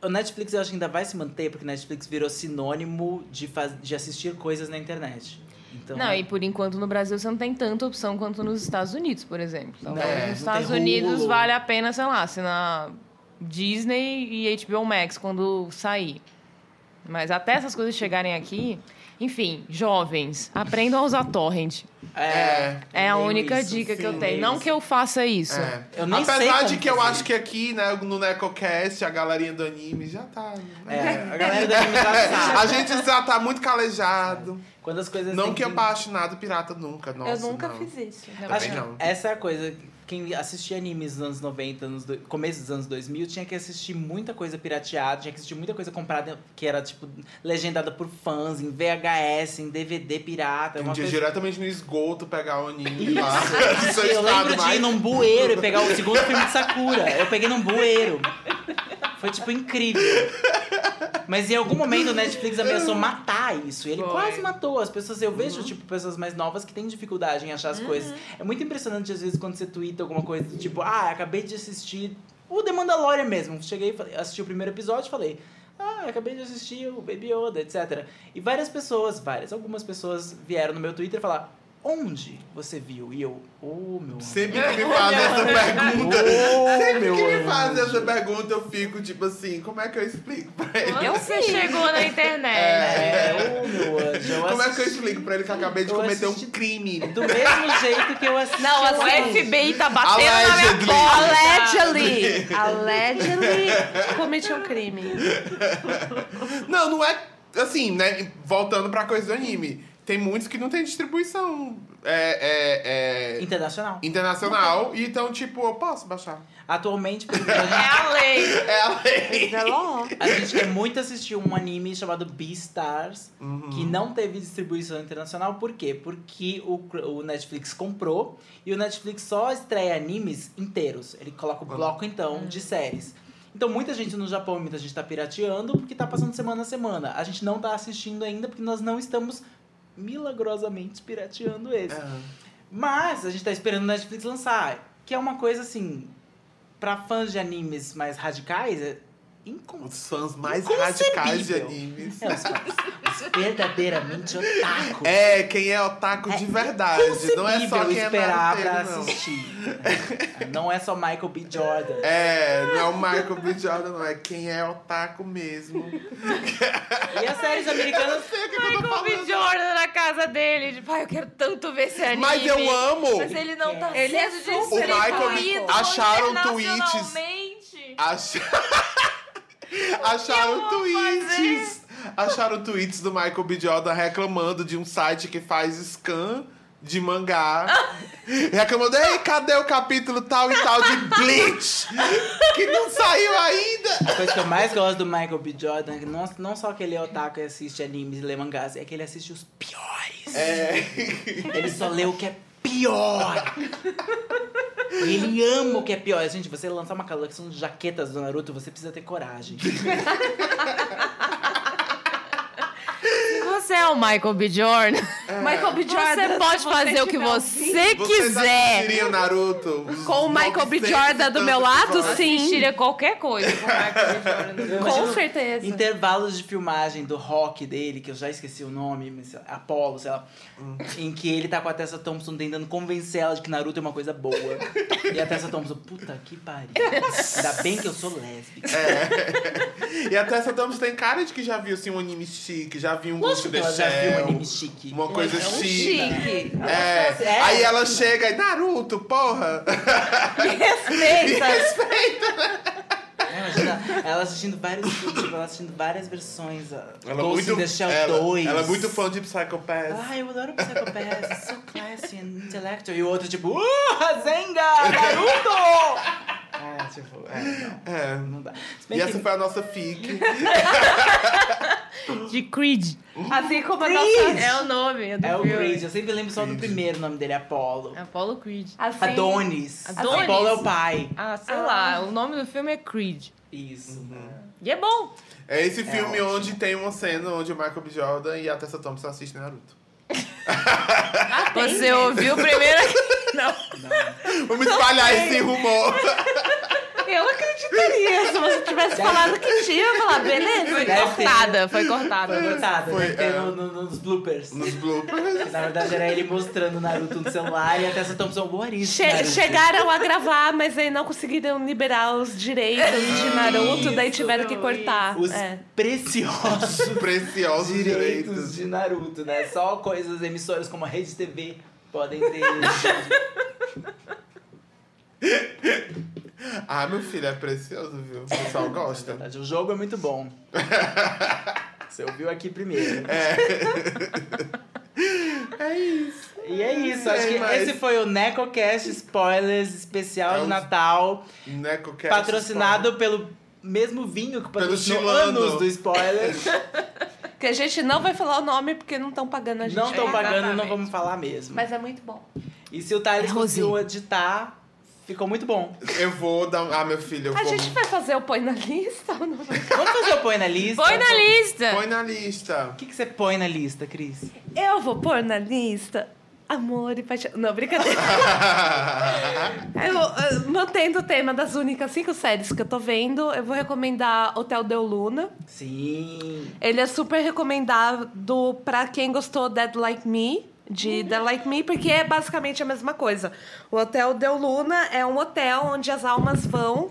Speaker 2: O Netflix eu acho que ainda vai se manter, porque Netflix virou sinônimo de, faz... de assistir coisas na internet. Então,
Speaker 3: Não, e por enquanto no Brasil você não tem tanta opção quanto nos Estados Unidos, por exemplo. Então,
Speaker 2: É, não
Speaker 3: nos Estados
Speaker 2: tem
Speaker 3: Unidos
Speaker 2: Hulu.
Speaker 3: vale a pena, sei lá, assinar Disney e HBO Max quando sair. Mas até essas coisas chegarem aqui, enfim, jovens, aprendam a usar torrent.
Speaker 1: É.
Speaker 3: É a
Speaker 2: meio
Speaker 3: única
Speaker 2: isso,
Speaker 3: dica que eu
Speaker 2: sim,
Speaker 3: tenho.
Speaker 2: meio
Speaker 3: Não
Speaker 2: isso.
Speaker 3: que eu faça isso.
Speaker 1: É.
Speaker 2: Eu nem sei
Speaker 1: Apesar
Speaker 2: como
Speaker 1: de que eu
Speaker 2: fazer.
Speaker 1: acho que aqui, né, no NecoCast, a galerinha do anime já tá. né? É.
Speaker 2: É, a galera da
Speaker 3: [laughs]
Speaker 2: anime já [laughs] sabe.
Speaker 1: A gente já tá muito calejado.
Speaker 2: Quando as coisas
Speaker 1: Não
Speaker 2: têm
Speaker 1: que eu baixe nada pirata nunca, nossa.
Speaker 4: Eu nunca
Speaker 1: não.
Speaker 4: fiz isso.
Speaker 1: Também
Speaker 2: Acho que
Speaker 1: não.
Speaker 2: essa é a coisa. Quem assistia animes nos anos 90, nos do- começo dos anos 2000, tinha que assistir muita coisa pirateada, tinha que assistir muita coisa comprada que era, tipo, legendada por fãs, em VHS, em DVD pirata.
Speaker 1: Um
Speaker 2: É Uma
Speaker 1: dia
Speaker 2: coisa...
Speaker 1: diretamente no esgoto pegar o
Speaker 2: [laughs]
Speaker 1: anime lá. [laughs] do seu
Speaker 2: Eu
Speaker 1: estado
Speaker 2: lembro de
Speaker 1: mais-
Speaker 2: ir num bueiro e pegar o segundo filme de Sakura. Eu peguei num bueiro. Foi, tipo, incrível. Mas em algum momento o Netflix ameaçou matar isso. E ele
Speaker 3: Foi.
Speaker 2: quase matou as pessoas. Eu vejo, tipo, pessoas mais novas que têm dificuldade em achar as coisas. É muito impressionante, às vezes, quando você twitta alguma coisa, do tipo, ah, acabei de assistir o The Mandalorian mesmo. Cheguei, falei- assisti o primeiro episódio e falei. Ah, acabei de assistir o Baby Yoda, etc. E várias pessoas, várias, algumas pessoas vieram no meu Twitter falar: Onde você viu? E eu, ô meu amor.
Speaker 1: Sempre que me fazem
Speaker 2: [laughs]
Speaker 1: essa pergunta.
Speaker 2: Ô,
Speaker 1: Sempre
Speaker 2: meu
Speaker 1: que me fazem
Speaker 2: anjo.
Speaker 1: essa pergunta, eu fico tipo assim, como é que eu explico pra ele?
Speaker 3: Quando você chegou na internet.
Speaker 2: É, ô meu anjo. eu
Speaker 1: Como é que eu
Speaker 2: assisti
Speaker 1: explico pra ele que eu acabei de
Speaker 2: eu
Speaker 1: cometer
Speaker 2: assisti-
Speaker 1: um crime?
Speaker 2: Do mesmo jeito que eu assisti.
Speaker 3: Não,
Speaker 2: o
Speaker 3: a
Speaker 2: Anjo.
Speaker 3: FBI tá batendo na minha
Speaker 1: Allegedly.
Speaker 3: porta.
Speaker 4: Allegedly, allegedly cometi um crime.
Speaker 1: Não, não é assim, né? Voltando pra coisa do anime. Tem muitos que não tem distribuição é, é, é,
Speaker 2: Internacional.
Speaker 1: internacional. E então, tipo, eu posso baixar.
Speaker 2: Atualmente, por
Speaker 3: É
Speaker 2: exemplo,
Speaker 3: a lei.
Speaker 1: É a lei.
Speaker 4: Já lá.
Speaker 2: a gente quer muito assistir um anime chamado Beastars, que não teve distribuição internacional. Por quê? Porque o, cr- o Netflix comprou e o Netflix só estreia animes inteiros. Ele coloca o bloco, então, de séries. Então, muita gente no Japão, muita gente tá pirateando porque tá passando semana a semana. A gente não tá assistindo ainda porque nós não estamos milagrosamente pirateando esse.
Speaker 1: É.
Speaker 2: Mas a gente tá esperando o Netflix lançar. Que é uma coisa assim. Pra fãs de animes mais radicais, é incon-
Speaker 1: Os fãs mais
Speaker 2: Inconcebível.
Speaker 1: radicais de animes.
Speaker 2: É, os fãs. os verdadeiramente otaku.
Speaker 1: É, quem é otaku de verdade. Não é só
Speaker 2: Inconcebível
Speaker 1: quem é
Speaker 2: esperar pra
Speaker 1: naruteiro, não.
Speaker 2: assistir. Não é só Michael B. Jordan.
Speaker 1: É, não é o Michael B. Jordan, não. É quem é otaku
Speaker 3: [laughs]
Speaker 1: mesmo.
Speaker 2: E as séries americanas.
Speaker 1: Sei o que que eu tô
Speaker 3: Michael B.
Speaker 1: falando.
Speaker 3: Jordan na casa dele. Tipo, ai, eu quero tanto ver esse anime.
Speaker 1: Mas eu amo.
Speaker 3: Mas ele não tá
Speaker 4: Ele é
Speaker 3: sendo
Speaker 1: super
Speaker 3: distribuído
Speaker 1: O Michael- acharam tweets.
Speaker 3: internacionalmente. [laughs]
Speaker 1: Ach- Acharam tweets. Acharam tweets do Michael B. Jordan reclamando de um site que faz scan de
Speaker 3: [laughs]
Speaker 1: mangá. Reclamando, ei, cadê o capítulo tal e
Speaker 3: [laughs]
Speaker 1: tal de Bleach? que não saiu ainda!
Speaker 2: A coisa que eu mais gosto do Michael B. Jordan, é que não, não só que ele é otaku e assiste animes e lê mangás, é que ele assiste os piores.
Speaker 1: É.
Speaker 2: Ele só lê o que é pior. E ele ama o que é pior. Gente, você lançar uma coleção de jaquetas do Naruto, você precisa ter coragem.
Speaker 3: Você é o Michael B. Jordan.
Speaker 4: Michael B. Jordan.
Speaker 3: [laughs] Você pode
Speaker 4: se
Speaker 3: fazer o que
Speaker 4: tiver ouvindo.
Speaker 3: você
Speaker 1: Vocês
Speaker 3: quiser.
Speaker 1: assistiriam Naruto? Os
Speaker 4: Com o Michael B.
Speaker 1: 900
Speaker 4: Jordan do meu
Speaker 1: e tantos
Speaker 4: lado,
Speaker 1: episódios?
Speaker 4: sim.
Speaker 3: Assistiria
Speaker 1: [laughs]
Speaker 3: qualquer coisa com o Michael B. Jordan.
Speaker 2: Eu
Speaker 4: Com
Speaker 2: imagino
Speaker 4: certeza.
Speaker 2: Intervalos de filmagem do rock dele, que eu já esqueci o nome, mas, sei lá, Apollo, sei lá.
Speaker 1: Hum.
Speaker 2: Em que ele tá com a Tessa Thompson tentando convencer ela de que Naruto é uma coisa boa. e a Tessa Thompson, puta que pariu. Ainda bem que eu sou lésbica.
Speaker 1: E até essa Thompson tem cara de que já viu assim, um anime chique, já viu um
Speaker 2: Lógico
Speaker 1: Ghost
Speaker 2: que
Speaker 1: de
Speaker 2: ela já viu um
Speaker 1: Shell,
Speaker 2: anime chique.
Speaker 1: Uma coisa
Speaker 4: É um
Speaker 1: chique.
Speaker 4: chique.
Speaker 1: É.
Speaker 2: É.
Speaker 1: Aí ela chega e, Naruto, porra!
Speaker 4: Respeita.
Speaker 2: É, imagina ela assistindo vários filmes, tipo, ela assistindo várias versões. ó.
Speaker 1: Ela é
Speaker 2: Ghost in the Shell
Speaker 1: ela,
Speaker 2: 2.
Speaker 1: ela é muito fã de Psychopath.
Speaker 2: Ai, eu adoro Psychopaths, so classy and intellectual. E o outro tipo, uh, Rasenga,
Speaker 1: [laughs]
Speaker 2: Naruto! é, tipo, é,
Speaker 1: É.
Speaker 2: não, não dá. Se bem
Speaker 1: E
Speaker 2: que-
Speaker 1: essa foi a nossa fic.
Speaker 3: De Creed.
Speaker 4: Assim como a nossa...
Speaker 3: É o nome do
Speaker 2: É o
Speaker 3: filme. É
Speaker 2: Creed, eu sempre lembro só do primeiro nome dele, Apollo.
Speaker 3: Apollo Creed.
Speaker 4: Assim,
Speaker 2: Adonis.
Speaker 3: Adonis.
Speaker 2: Apollo é o pai.
Speaker 3: Ah, sei lá. O nome do filme é Creed.
Speaker 2: Isso.
Speaker 1: Uhum.
Speaker 3: E é bom.
Speaker 1: É esse filme
Speaker 2: ótimo.
Speaker 1: onde tem uma cena onde o Michael B. Jordan e a Tessa Thompson assistem Naruto.
Speaker 3: Você ouviu [laughs] primeiro aqui.
Speaker 1: Vamos espalhar esse rumor. [laughs]
Speaker 4: Eu acreditaria. Se você tivesse falado que tinha, eu ia falar, beleza. né?"
Speaker 3: Foi
Speaker 2: Deve ter.
Speaker 3: cortada, foi cortada.
Speaker 2: Foi botada,
Speaker 1: Foi,
Speaker 2: deve ter
Speaker 1: é.
Speaker 2: no- um, no- nos bloopers.
Speaker 1: Nos bloopers.
Speaker 2: Na verdade era ele mostrando o Naruto no celular e até essa Thompson, what is
Speaker 4: Che-
Speaker 2: Naruto?
Speaker 4: chegaram a gravar, mas aí não conseguiram liberar os direitos de Naruto, daí tiveram que cortar.
Speaker 2: Os
Speaker 4: É.
Speaker 1: [laughs]
Speaker 2: preciosos
Speaker 1: Preciosos
Speaker 2: direitos
Speaker 1: direitos.
Speaker 2: de Naruto, né? Só coisas, emissoras como a Rede TV
Speaker 1: [laughs]
Speaker 2: podem ter.
Speaker 1: Ah, meu filho, é precioso, viu? O pessoal gosta.
Speaker 2: Verdade, o jogo é muito bom. Você ouviu aqui primeiro. [laughs]
Speaker 1: É isso.
Speaker 2: E é isso, acho que
Speaker 1: Sei, mas-
Speaker 2: esse foi o NecoCast Spoilers Especial
Speaker 1: É
Speaker 2: de
Speaker 1: um-
Speaker 2: Natal,
Speaker 1: Neco Cast
Speaker 2: patrocinado pelo mesmo vinho que patrocinou
Speaker 1: chilano.
Speaker 2: anos do spoiler.
Speaker 4: Que a gente não vai falar o nome porque não estão pagando a gente.
Speaker 2: não estão
Speaker 4: É.
Speaker 2: pagando, não vamos falar mesmo.
Speaker 4: Mas é muito bom.
Speaker 2: E se o Thales
Speaker 3: É
Speaker 2: conseguiu
Speaker 3: Rosi.
Speaker 2: editar, ficou muito bom.
Speaker 1: Spoiler. Eu vou dar. um- Ah, meu filho, eu
Speaker 4: A
Speaker 1: vou.
Speaker 4: gente vai fazer o Põe na Lista ou não vai?
Speaker 2: Vamos fazer o Põe na Lista?
Speaker 3: Põe na lista.
Speaker 1: Põe na lista. [laughs]
Speaker 2: O que, que você põe na lista, Cris?
Speaker 4: Eu vou pôr na lista amor e paixão.
Speaker 2: [laughs]
Speaker 4: Não, brincadeira. Eu, eu, mantendo o tema das únicas cinco séries que eu tô vendo, eu vou recomendar Hotel Del Luna.
Speaker 2: Sim.
Speaker 4: Ele é super recomendado pra quem gostou Dead Like Me, de Dead Like Me, porque é basicamente a mesma coisa. O Hotel Del Luna é um hotel onde as almas vão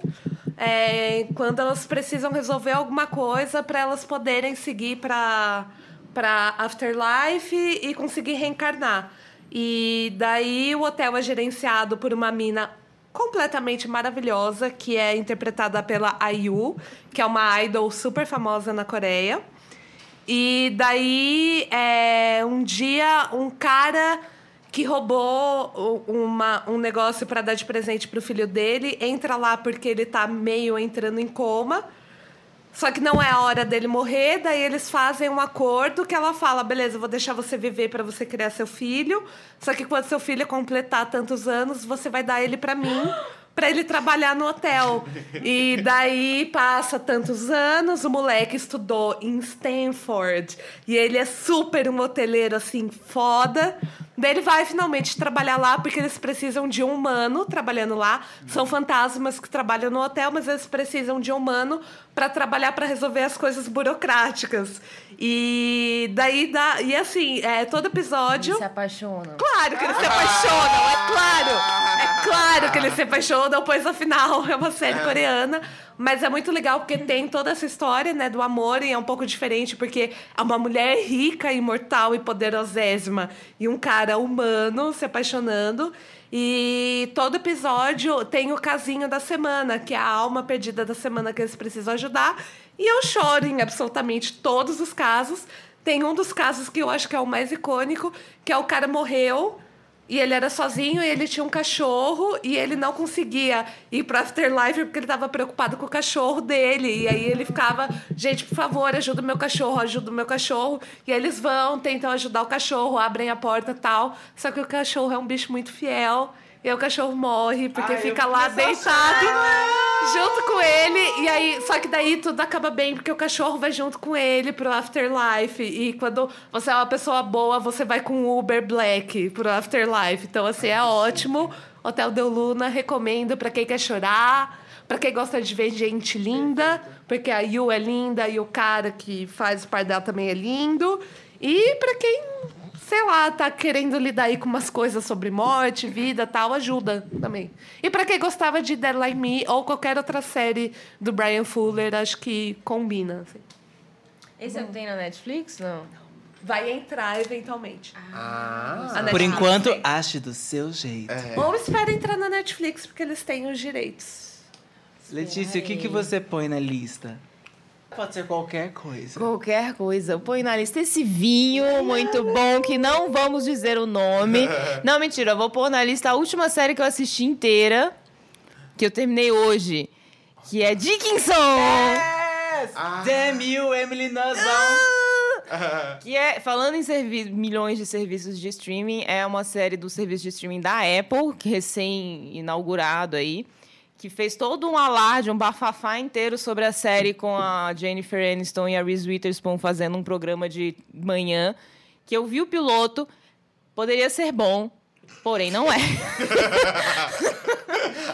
Speaker 4: é, quando elas precisam resolver alguma coisa pra elas poderem seguir pra para afterlife e conseguir reencarnar. E daí o hotel é gerenciado por uma mina completamente maravilhosa, que é interpretada pela IU, que é uma idol super famosa na Coreia. E daí, é, um dia, um cara que roubou u- uma, um negócio para dar de presente pro filho dele, entra lá porque ele tá meio entrando em coma. Só que não é a hora dele morrer, daí eles fazem um acordo que ela fala: beleza, eu vou deixar você viver pra você criar seu filho. Só que quando seu filho completar tantos anos, você vai dar ele pra mim, pra ele trabalhar no hotel. E daí passa tantos anos, o moleque estudou em Stanford e ele é super um hoteleiro assim, foda. Daí ele vai finalmente trabalhar lá porque eles precisam de um humano trabalhando lá. São fantasmas que trabalham no hotel, mas eles precisam de um humano para trabalhar para resolver as coisas burocráticas. E daí dá. E assim, é todo episódio.
Speaker 3: Se apaixona.
Speaker 4: Claro que eles se apaixonam, é claro! É claro que eles se apaixonam, pois afinal [laughs] é uma série coreana. Mas é muito legal porque tem toda essa história, né, do amor e é um pouco diferente porque é uma mulher rica, imortal e poderosésima e um cara humano se apaixonando. E todo episódio tem o casinho da semana, que é a alma perdida da semana que eles precisam ajudar. E eu choro em absolutamente todos os casos. Tem um dos casos que eu acho que é o mais icônico, que é o cara morreu, E ele era sozinho e ele tinha um cachorro e ele não conseguia ir pro afterlife porque ele tava preocupado com o cachorro dele. E aí ele ficava, gente, por favor, ajuda o meu cachorro, ajuda o meu cachorro. E aí eles vão, tentam ajudar o cachorro, abrem a porta e tal. Só que o cachorro é um bicho muito fiel. E aí o cachorro morre porque fica lá deitado junto com ele. E aí, só que daí tudo acaba bem porque o cachorro vai junto com ele pro afterlife. E quando você é uma pessoa boa, você vai com o Uber Black pro afterlife. Então, assim, é ótimo. Hotel Del Luna, recomendo pra quem quer chorar. Pra quem gosta de ver gente linda, porque a Yu é linda e o cara que faz o par dela também é lindo. E pra quem sei lá, tá querendo lidar aí com umas coisas sobre morte, vida tal, ajuda também. E pra quem gostava de Dead Like Me ou qualquer outra série do Brian Fuller, acho que combina. assim.
Speaker 3: é
Speaker 5: Esse não tem na Netflix? Não.
Speaker 4: Vai entrar eventualmente.
Speaker 1: Ah.
Speaker 4: A Netflix.
Speaker 2: Por enquanto, ache do seu jeito.
Speaker 4: Ou espera entrar na Netflix, porque eles têm os direitos.
Speaker 2: Letícia, o que, que você põe na lista? Pode ser qualquer coisa.
Speaker 3: Qualquer coisa. Põe na lista esse vinho muito bom, que não vamos dizer o nome. Não, mentira, eu vou pôr na lista a última série que eu assisti inteira, que eu terminei hoje, que é Dickinson!
Speaker 2: Yes! Damn you, Emily Nussbaum!
Speaker 3: Que é, falando em servi- milhões de serviços de streaming, é uma série do serviço de streaming da Apple, que recém-inaugurado aí, que fez todo um alarde, um bafafá inteiro sobre a série com a Jennifer Aniston e a Reese Witherspoon fazendo um programa de manhã, que eu vi o piloto, poderia ser bom, porém não é. [laughs]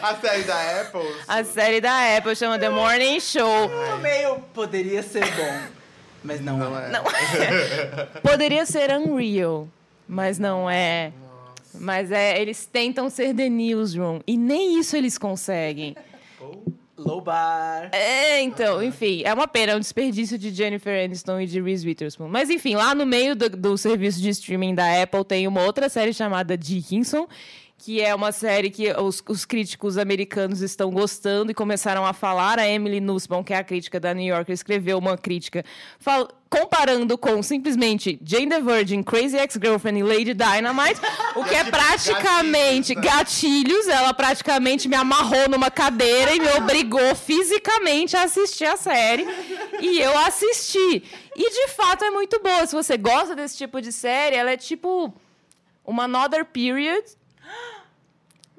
Speaker 1: A série da Apple.
Speaker 3: A série da Apple chama The Morning Show.
Speaker 2: No meio poderia ser bom, mas não, é.
Speaker 3: Não é. Poderia ser Unreal, mas não é. Mas é, eles tentam ser The Newsroom. E nem isso eles conseguem.
Speaker 2: Low bar.
Speaker 3: É, então, enfim, é uma pena, é um desperdício de Jennifer Aniston e de Reese Witherspoon. Mas enfim, lá no meio do, do serviço de streaming da Apple tem uma outra série chamada Dickinson, que é uma série que os, os críticos americanos estão gostando e começaram a falar. A Emily Nussbaum, que é a crítica da New Yorker, escreveu uma crítica fal- comparando com simplesmente Jane the Virgin, Crazy Ex-Girlfriend e Lady Dynamite, o que é praticamente gatilhos. Ela praticamente me amarrou numa cadeira e me obrigou fisicamente a assistir a série. E eu assisti. E de fato é muito boa. Se você gosta desse tipo de série, ela é tipo uma Another Period.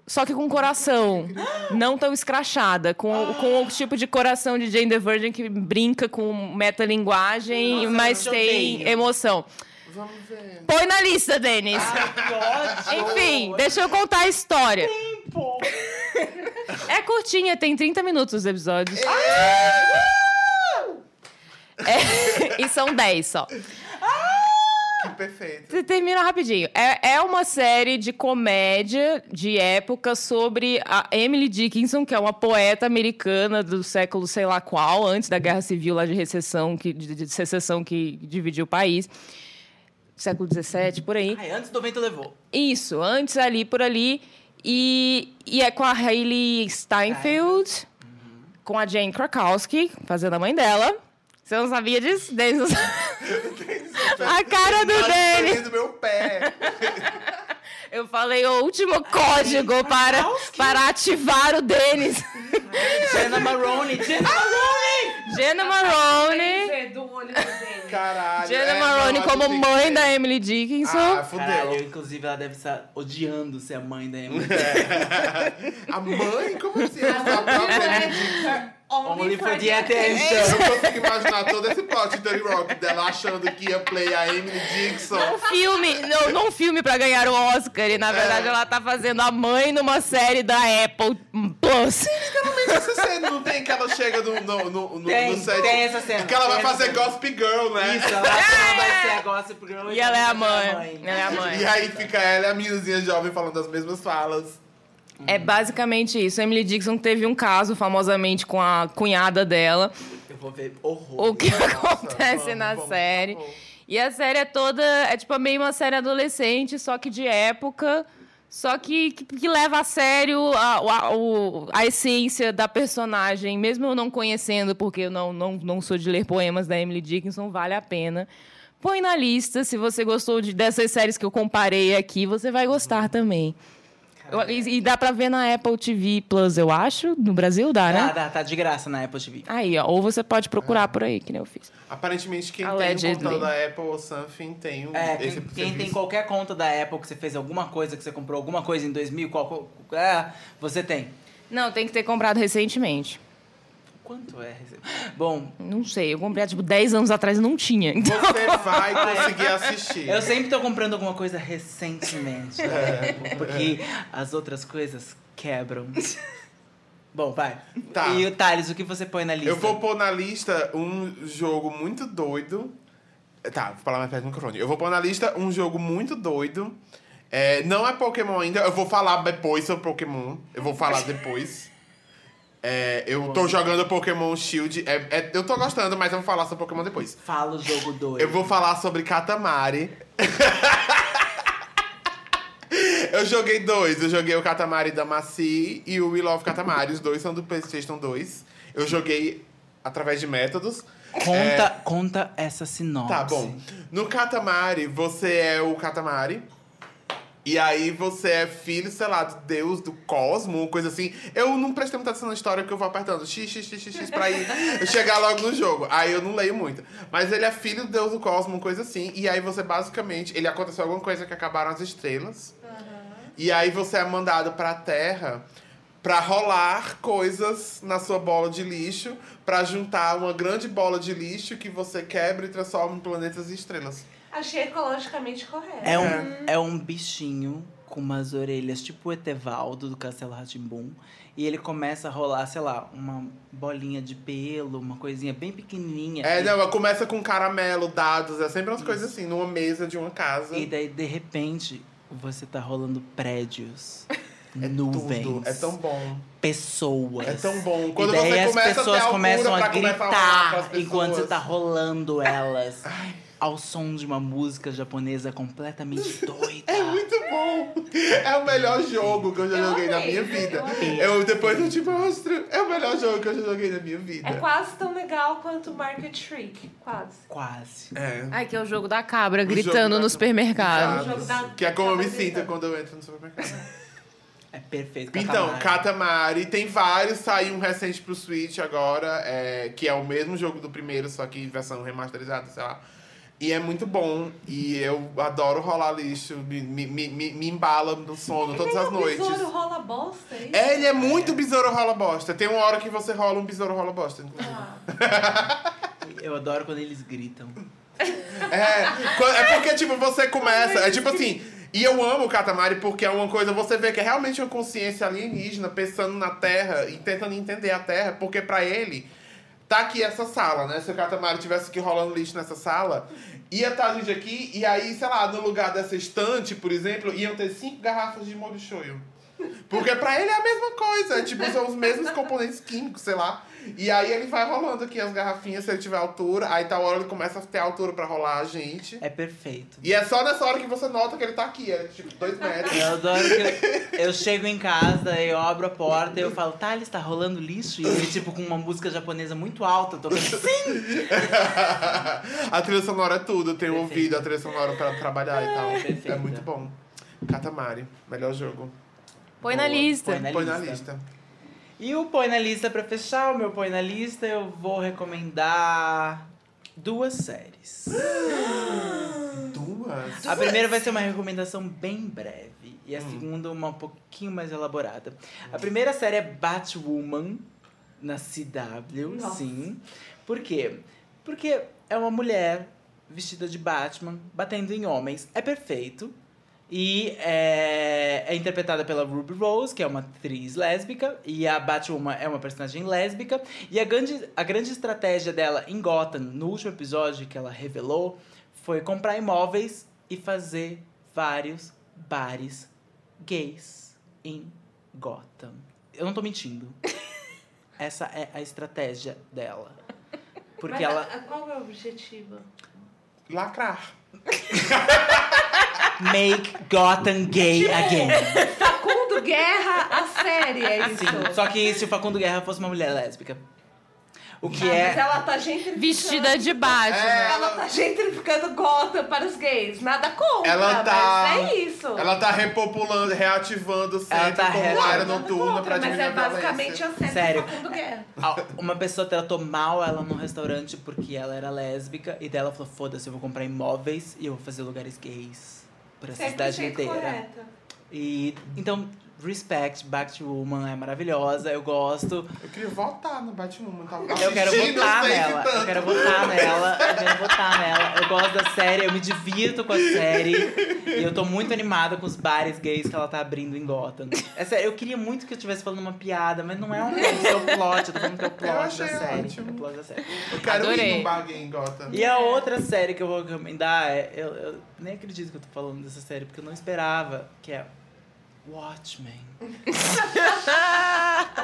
Speaker 3: Só que com coração. Não tão escrachada. Com, com o tipo de coração de Jane the Virgin que brinca com metalinguagem,
Speaker 2: Nossa,
Speaker 3: mas
Speaker 2: eu
Speaker 3: tem
Speaker 2: odeio.
Speaker 3: emoção.
Speaker 1: Vamos ver.
Speaker 3: Põe na lista, Denis.
Speaker 2: Que ódio.
Speaker 3: Enfim, deixa eu contar a história.
Speaker 2: Pô,
Speaker 3: É curtinha, tem 30 minutos os episódios. É, [laughs] e são 10 só.
Speaker 1: Que perfeito.
Speaker 3: Você termina rapidinho. É, é uma série de comédia de época sobre a Emily Dickinson, que é uma poeta americana do século sei lá qual, antes da Guerra Civil lá de recessão que, de, de secessão que dividiu o país. Século XVII, por aí.
Speaker 2: Ai, antes do vento levou.
Speaker 3: Isso, antes ali, por ali. E, e é com a Hailey Steinfeld, com a Jane Krakowski, fazendo a mãe dela. Você não sabia disso? Denis não sabe. a cara do Denis.
Speaker 1: do meu pé.
Speaker 3: Eu falei o último código para, para ativar o Denis.
Speaker 2: Jenna Maroney. Jenna Maroney!
Speaker 3: Jenna Marone.
Speaker 5: Dizer, do olho dele.
Speaker 1: Caralho.
Speaker 3: Jenna
Speaker 1: é,
Speaker 3: Marone
Speaker 1: não,
Speaker 3: como
Speaker 1: tem que
Speaker 3: mãe
Speaker 1: ser.
Speaker 3: da Emily Dickinson.
Speaker 1: Ah,
Speaker 2: Caralho,
Speaker 1: fudeu.
Speaker 2: inclusive ela deve estar odiando ser a mãe da Emily. [laughs]
Speaker 1: É. [laughs] A mãe? Como assim? Ela tá
Speaker 4: é.
Speaker 1: própria-
Speaker 2: Only for the attention.
Speaker 1: Eu não consigo imaginar todo esse plot de Dirty Rock dela achando que ia play a Emily Dixon.
Speaker 3: um filme, não, não um filme pra ganhar o Oscar. E na verdade ela tá fazendo a mãe numa série da Apple Plus.
Speaker 1: Mas Essa cena não tem que ela chega no, no, no, no,
Speaker 2: Tem,
Speaker 1: no set.
Speaker 2: tem essa cena,
Speaker 1: Que ela vai
Speaker 2: tem essa
Speaker 1: fazer
Speaker 2: cena.
Speaker 1: Gossip Girl, né?
Speaker 2: Isso, ela, ela vai ser a Gossip Girl.
Speaker 3: E ela é a
Speaker 2: vai ser
Speaker 3: mãe. Ela é a mãe.
Speaker 1: E aí fica ela e a meninazinha jovem falando as mesmas falas.
Speaker 3: É basicamente isso. Emily Dixon teve um caso famosamente com a cunhada dela.
Speaker 2: Eu vou ver horror.
Speaker 3: o que acontece
Speaker 1: vamos,
Speaker 3: na
Speaker 1: vamos,
Speaker 3: série.
Speaker 1: por favor.
Speaker 3: E a série é toda. É tipo meio uma série adolescente, só que de época. Só que, que, que leva a sério a, o- a, o- a essência da personagem, mesmo eu não conhecendo, porque eu não, não, não sou de ler poemas da Emily Dickinson, vale a pena. põe na lista. Se você gostou de- dessas séries que eu comparei aqui, você vai gostar também. Eu- e, e dá pra ver na Apple TV Plus, eu acho. No Brasil dá, né?
Speaker 1: Ah,
Speaker 2: Tá, tá, tá de graça na Apple TV.
Speaker 3: Aí, ó. Ou você pode procurar por aí, que nem eu fiz.
Speaker 1: Aparentemente, quem tem um
Speaker 3: Allegedly.
Speaker 1: contão da Apple ou something tem um.
Speaker 2: É, quem,
Speaker 1: esse
Speaker 2: quem
Speaker 1: serviço.
Speaker 2: tem qualquer conta da Apple que você fez alguma coisa, que você comprou alguma coisa em 2000, qual, qual- ah, você tem.
Speaker 3: Não, tem que ter comprado recentemente.
Speaker 2: Quanto é? Bom,
Speaker 3: Não sei, eu comprei há tipo 10 anos atrás e não tinha. Então,
Speaker 1: Você
Speaker 2: [laughs]
Speaker 1: vai conseguir assistir.
Speaker 2: É. eu sempre tô comprando alguma
Speaker 1: [laughs]
Speaker 2: coisa recentemente da
Speaker 1: É.
Speaker 2: Apple, porque as outras coisas
Speaker 1: [laughs]
Speaker 2: quebram. Bom, vai.
Speaker 1: Tá.
Speaker 2: E o Thales, o que você põe na lista?
Speaker 1: Eu vou pôr na lista um jogo muito doido. Tá, vou falar mais perto do microfone. Eu vou pôr na lista um jogo muito doido. É, não é Pokémon ainda. Eu vou falar depois sobre Pokémon. Eu vou
Speaker 2: [laughs]
Speaker 1: falar depois. É, eu tô jogando Pokémon Shield. É, é, eu tô gostando, mas eu vou falar sobre Pokémon depois.
Speaker 2: Fala o jogo doido.
Speaker 1: Eu vou falar sobre Katamari. [laughs] eu joguei dois. Eu joguei o Katamari da Maci e o We Love Katamari. Os dois são do PlayStation 2. Eu joguei através de métodos.
Speaker 2: Conta, conta essa sinopse.
Speaker 1: É. Tá bom. No Katamari, você é o Katamari. E aí você é filho, sei lá, do deus do cosmo, uma coisa assim. Eu não prestei muita atenção na história porque eu vou apertando x, x, x, x, x pra ir chegar logo no jogo. Aí eu não leio muito. Mas ele é filho do deus do cosmo, uma coisa assim. E aí você basicamente, ele aconteceu alguma coisa que acabaram as estrelas. E aí você é mandado pra terra pra rolar coisas na sua bola de lixo, pra juntar uma grande bola de lixo que você quebra e transforma em planetas e estrelas.
Speaker 4: Achei ecologicamente correto.
Speaker 2: É um, é um bichinho com umas orelhas tipo o Etevaldo do Castelo Ratimbum. E ele começa a rolar, sei lá, uma bolinha de pelo, uma coisinha bem pequenininha.
Speaker 1: É,
Speaker 2: e,
Speaker 1: não, começa com caramelo, dados, é sempre umas coisas assim, numa mesa de uma casa.
Speaker 2: e daí, de repente, você tá rolando prédios,
Speaker 1: [laughs] É
Speaker 2: nuvens,
Speaker 1: tudo, é tão bom.
Speaker 2: pessoas.
Speaker 1: É tão bom. Quando
Speaker 2: e daí
Speaker 1: você
Speaker 2: as
Speaker 1: começa a ter
Speaker 2: pessoas
Speaker 1: altura
Speaker 2: começam a
Speaker 1: pra começar a falar
Speaker 2: gritar
Speaker 1: pras pessoas.
Speaker 2: enquanto você tá rolando elas. Ao som de uma música japonesa completamente doida.
Speaker 1: [laughs] É muito bom. [laughs] É o melhor jogo que eu já
Speaker 4: Eu
Speaker 1: joguei na
Speaker 4: amei,
Speaker 1: minha vida.
Speaker 4: eu amei.
Speaker 1: Eu, depois eu te mostro. É o melhor jogo que eu já joguei na minha vida.
Speaker 4: É quase tão legal quanto Market Trick. Quase.
Speaker 2: Quase.
Speaker 1: É.
Speaker 3: ai, que é o jogo da cabra
Speaker 1: jogo
Speaker 3: gritando
Speaker 1: da-
Speaker 3: no supermercado.
Speaker 4: O jogo da-
Speaker 1: Que é como eu me
Speaker 4: da
Speaker 1: sinto
Speaker 4: televisão.
Speaker 1: quando eu entro no supermercado.
Speaker 2: É perfeito.
Speaker 1: Então,
Speaker 2: Catamari.
Speaker 1: Katamari, tem vários, saiu um recente pro Switch agora, é, que é o mesmo jogo do primeiro, só que versão remasterizada, sei lá. E é muito bom, e eu adoro rolar lixo, me, me, me, me- me embala no sono todas as
Speaker 4: Tem um
Speaker 1: noites.
Speaker 4: besouro rola bosta, é isso?
Speaker 1: É, ele é muito besouro rola bosta. Tem uma hora que você rola um besouro rola bosta,
Speaker 4: Ah.
Speaker 1: inclusive.
Speaker 2: Eu adoro quando eles gritam.
Speaker 1: É, co- é porque, tipo, você começa. É tipo assim. E eu amo o Katamari porque é uma coisa, você vê que é realmente uma consciência alienígena pensando na Terra e tentando entender a Terra, porque pra ele tá aqui essa sala, né? Se o Katamari tivesse que rolando lixo nessa sala, ia estar a gente aqui e aí, sei lá, no lugar dessa estante, por exemplo, iam ter cinco garrafas de molho shoyu. Porque pra ele é a mesma coisa, é tipo, são os mesmos componentes químicos, sei lá. E aí ele vai rolando aqui as garrafinhas, se ele tiver altura, aí tal hora ele começa a ter altura pra rolar a gente.
Speaker 2: É perfeito.
Speaker 1: E é só nessa hora que você nota que ele tá aqui, é tipo dois metros.
Speaker 2: [laughs] Eu adoro que eu, eu chego em casa, eu abro a porta e eu falo, Thales, tá rolando lixo? E ele, tipo, com uma música japonesa muito alta, tocando assim. sim!
Speaker 1: a trilha sonora é tudo, tem o ouvido, a trilha sonora pra trabalhar
Speaker 4: Ah,
Speaker 1: e tal.
Speaker 2: Perfeito.
Speaker 1: É muito bom. Katamari, melhor jogo.
Speaker 3: Põe na
Speaker 2: Boa,
Speaker 3: lista.
Speaker 2: põe na
Speaker 1: Põe na
Speaker 2: lista.
Speaker 1: lista.
Speaker 2: E o Põe na Lista, pra fechar o meu Põe na Lista, eu vou recomendar duas séries.
Speaker 1: Duas?
Speaker 2: A primeira vai ser uma recomendação bem breve. E a segunda, uma um pouquinho mais elaborada. A primeira série é Batwoman, na CW,
Speaker 4: Nossa.
Speaker 2: sim. Por quê? Porque é uma mulher vestida de Batman, batendo em homens. É perfeito. E é, é interpretada pela Ruby Rose, que é uma atriz lésbica, e a Batwoman é uma personagem lésbica. E a grande, a grande estratégia dela em Gotham, no último episódio que ela revelou, foi comprar imóveis e fazer vários bares gays em Gotham. Eu não tô mentindo. Essa é a estratégia dela. Porque
Speaker 4: Mas
Speaker 2: ela.
Speaker 4: a- a- qual é o objetivo?
Speaker 1: Lacrar.
Speaker 2: Make Gotham gay again.
Speaker 4: Facundo Guerra, a série, é isso.
Speaker 2: Só que se o Facundo Guerra fosse uma mulher lésbica. O que
Speaker 4: Ah, Mas
Speaker 2: é.
Speaker 4: ela tá gentrificando.
Speaker 3: Vestida de baixo. né?
Speaker 4: Ela tá gentrificando gota para os gays. Nada contra,
Speaker 1: Ela tá.
Speaker 4: mas é isso.
Speaker 1: Ela tá repopulando, reativando o centro
Speaker 2: tá
Speaker 1: como
Speaker 2: re-
Speaker 4: Não,
Speaker 1: área
Speaker 4: nada
Speaker 1: noturna
Speaker 4: contra,
Speaker 1: pra
Speaker 4: Mas
Speaker 1: diminuir
Speaker 4: é
Speaker 1: a
Speaker 4: basicamente
Speaker 1: violência.
Speaker 4: a série
Speaker 2: Sério.
Speaker 4: do Facundo Guerra.
Speaker 2: a- Uma pessoa tratou mal ela num restaurante porque ela era lésbica e dela falou: foda-se, eu vou comprar imóveis e eu vou fazer lugares gays pra essa cidade
Speaker 4: 100%
Speaker 2: inteira.
Speaker 4: correta.
Speaker 2: E então, respect, Batwoman é maravilhosa, eu gosto.
Speaker 1: Eu queria votar no Batwoman. Tava
Speaker 2: Eu quero
Speaker 1: assistindo,
Speaker 2: votar
Speaker 1: não sei se
Speaker 2: nela. Eu
Speaker 1: tanto.
Speaker 2: quero votar nela. Eu quero votar nela. Eu gosto da série, eu me divirto com a série. E eu tô muito animada com os bares gays que ela tá abrindo em Gotham. É sério, eu queria muito que eu estivesse falando uma piada, mas não é um que é o plot, eu tô falando que é
Speaker 1: Eu
Speaker 2: o plot
Speaker 1: achei
Speaker 2: da série.
Speaker 1: ótimo.
Speaker 2: É o plot da série.
Speaker 1: Eu quero ir
Speaker 3: Adorei.
Speaker 1: num bar gay em Gotham.
Speaker 2: E a outra série que eu vou recomendar é. Eu, eu nem acredito que eu tô falando dessa série, porque eu não esperava, que é Watchmen.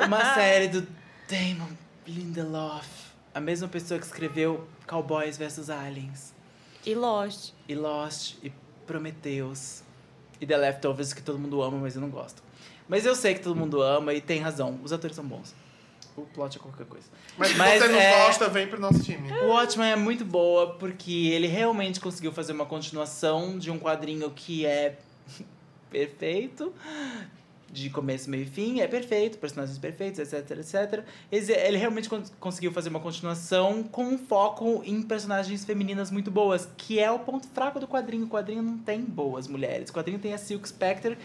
Speaker 2: Uma série do Damon Lindelof. A mesma pessoa que escreveu Cowboys vs Aliens.
Speaker 3: E Lost.
Speaker 2: E Lost, e Prometheus. E The Leftovers, que todo mundo ama, mas eu não gosto. Mas eu sei que todo mundo ama e tem razão. Os atores são bons. O plot é qualquer coisa.
Speaker 1: Mas se
Speaker 2: Mas
Speaker 1: você não
Speaker 2: é-
Speaker 1: gosta, vem pro nosso time.
Speaker 2: O Watchmen é muito boa porque ele realmente conseguiu fazer uma continuação de um quadrinho que é [laughs] perfeito. De começo, meio e fim, é perfeito, personagens perfeitos, etc, etc. Esse- Ele realmente con- conseguiu fazer uma continuação com um foco em personagens femininas muito boas, que é o ponto fraco do quadrinho. O quadrinho não tem boas mulheres. O quadrinho tem a Silk Spectre,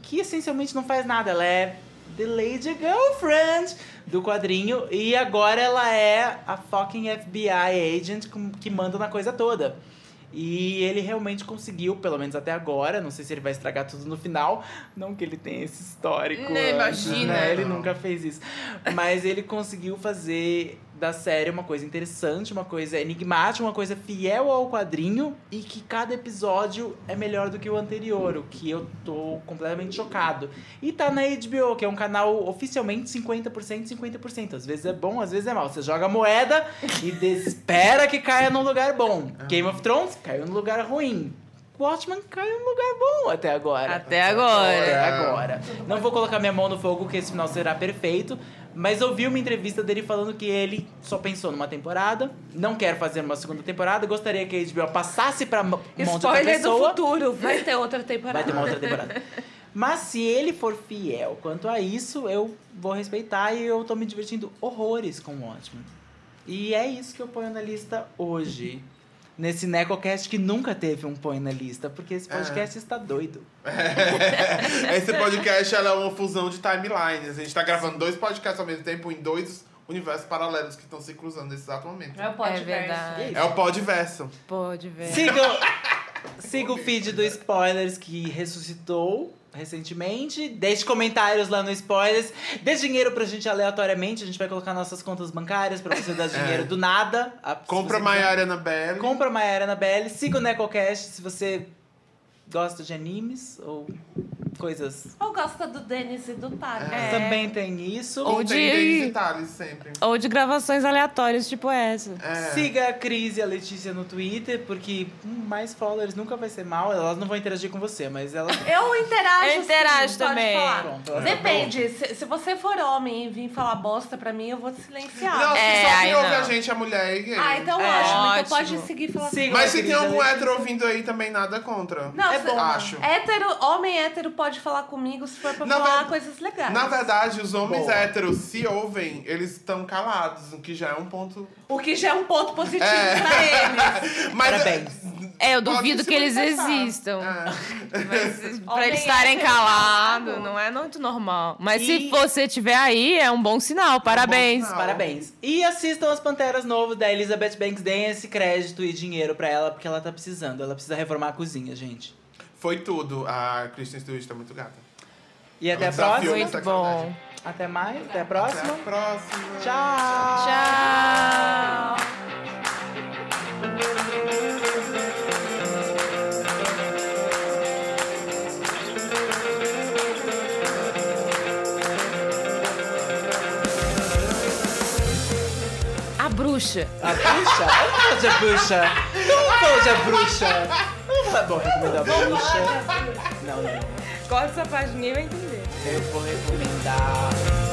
Speaker 2: que essencialmente não faz nada. Ela é The Lady Girlfriend do quadrinho. E agora ela é a fucking FBI agent com- que manda na coisa toda. E ele realmente conseguiu, pelo menos até agora. Não sei se ele vai estragar tudo no final. Não que ele tenha esse histórico.
Speaker 3: Né,
Speaker 2: antes,
Speaker 3: imagina.
Speaker 2: né? Ele
Speaker 1: Não.
Speaker 2: nunca fez isso. Mas ele conseguiu fazer da série uma coisa interessante, uma coisa enigmática, uma coisa fiel ao quadrinho e que cada episódio é melhor do que o anterior, o que eu tô completamente chocado. E tá na HBO, que é um canal oficialmente 50%, 50%. Às vezes é bom, às vezes é mal. Você joga a moeda
Speaker 4: [laughs]
Speaker 2: e espera que caia num lugar bom.
Speaker 4: Ah.
Speaker 2: Game of Thrones caiu num lugar ruim. Watchmen caiu num lugar bom até agora.
Speaker 3: Até agora.
Speaker 2: Até agora. Não vou colocar minha mão no fogo que esse final será perfeito, mas eu vi uma entrevista dele falando que ele só pensou numa temporada, não quer fazer uma segunda temporada, gostaria que a HBO passasse pra mão de outra
Speaker 4: Spoiler do
Speaker 2: pessoa.
Speaker 4: futuro. Vai ter outra temporada.
Speaker 2: Vai ter uma outra temporada. Mas se ele for fiel quanto a isso, eu vou respeitar e eu tô me divertindo horrores com o Watchmen. E é isso que eu ponho na lista hoje. Nesse NecoCast que nunca teve um põe na lista, porque
Speaker 1: É.
Speaker 2: esse podcast está doido.
Speaker 1: [laughs] Esse podcast ela é uma fusão de timelines. A gente tá gravando dois podcasts ao mesmo tempo em dois universos paralelos que estão se cruzando nesse exato momento.
Speaker 5: É o podcast.
Speaker 3: É verdade.
Speaker 1: É o podverso.
Speaker 3: Pode ver.
Speaker 2: Siga,
Speaker 1: [laughs]
Speaker 2: siga o feed do Spoilers que ressuscitou recentemente. Deixe comentários lá no Spoilers. Dê dinheiro pra gente aleatoriamente. A gente vai colocar nossas contas bancárias pra
Speaker 1: [laughs]
Speaker 2: você dar dinheiro do nada. A- se
Speaker 1: É. Compra
Speaker 2: você-
Speaker 1: Maiara Anabelle.
Speaker 2: Compra a Maiara Anabelle. Siga o NecoCast se você gosta de animes ou coisas.
Speaker 4: Ou gosta do Denis e do Tag.
Speaker 3: É.
Speaker 2: Também tem isso.
Speaker 1: Ou
Speaker 3: Onde-
Speaker 1: tem Denise e Thales sempre.
Speaker 3: Ou de gravações aleatórias, tipo essa.
Speaker 1: É.
Speaker 2: Siga a Cris e a Letícia no Twitter, porque hum, mais followers nunca vai ser mal. Elas não vão interagir com você, mas elas.
Speaker 4: Eu interajo.
Speaker 3: Eu interajo
Speaker 4: sim,
Speaker 3: também.
Speaker 4: Pode falar.
Speaker 2: Pronto, elas
Speaker 4: Depende. Se, se você for homem e vir falar bosta pra mim, eu vou te
Speaker 2: Ah,
Speaker 4: silenciar.
Speaker 1: Não, se
Speaker 3: É,
Speaker 1: só
Speaker 3: aí
Speaker 1: quem ouve
Speaker 3: não.
Speaker 1: a gente é mulher e gay.
Speaker 4: Ah, então
Speaker 2: É.
Speaker 4: ótimo.
Speaker 3: Ótimo.
Speaker 4: Então pode seguir e falar.
Speaker 2: Siga
Speaker 1: Mas
Speaker 2: a
Speaker 1: se
Speaker 2: Cris
Speaker 1: tem
Speaker 2: e a
Speaker 1: algum
Speaker 2: Letícia.
Speaker 1: hétero ouvindo aí, também nada contra. Ah,
Speaker 4: Não,
Speaker 2: É
Speaker 4: se-
Speaker 2: bom, né?
Speaker 1: acho.
Speaker 4: Hétero, homem hétero pode falar comigo se for pra
Speaker 1: Na
Speaker 4: falar
Speaker 1: ver-
Speaker 4: coisas legais.
Speaker 1: Na verdade, os homens
Speaker 2: Boa.
Speaker 1: héteros se ouvem, eles estão calados, o que já é um ponto.
Speaker 4: O que já é um ponto positivo
Speaker 1: É.
Speaker 4: pra
Speaker 1: [laughs]
Speaker 4: eles.
Speaker 1: Mas,
Speaker 2: Parabéns.
Speaker 3: É, eu
Speaker 1: Pode
Speaker 3: duvido
Speaker 1: se
Speaker 3: que eles
Speaker 1: manifestar.
Speaker 3: existam.
Speaker 1: É.
Speaker 3: Mas pra
Speaker 4: Homem
Speaker 3: eles estarem
Speaker 4: hétero.
Speaker 3: calados, não é muito normal. Mas
Speaker 2: E-
Speaker 3: se você estiver aí, é um bom sinal. Parabéns.
Speaker 1: sinal.
Speaker 2: Parabéns. E assistam as Panteras Novo da Elizabeth Banks. Deem esse crédito e dinheiro pra ela, porque ela tá precisando. Ela precisa reformar a cozinha, gente.
Speaker 1: Foi tudo. A Kristen Stewart tá muito gata.
Speaker 2: E até
Speaker 1: É
Speaker 2: a
Speaker 1: um desafio,
Speaker 2: próxima.
Speaker 1: né?
Speaker 3: Muito bom.
Speaker 2: Até mais. Até a
Speaker 1: Até
Speaker 2: próxima.
Speaker 1: a próxima.
Speaker 2: Tchau.
Speaker 3: Tchau. A bruxa.
Speaker 2: A bruxa? Eu não vou de bruxa. Eu não vou de bruxa. Eu não vou recomendar a bruxa. Não, não.
Speaker 3: Corta essa parte, ninguém vai entender.
Speaker 2: Eu vou recomendar.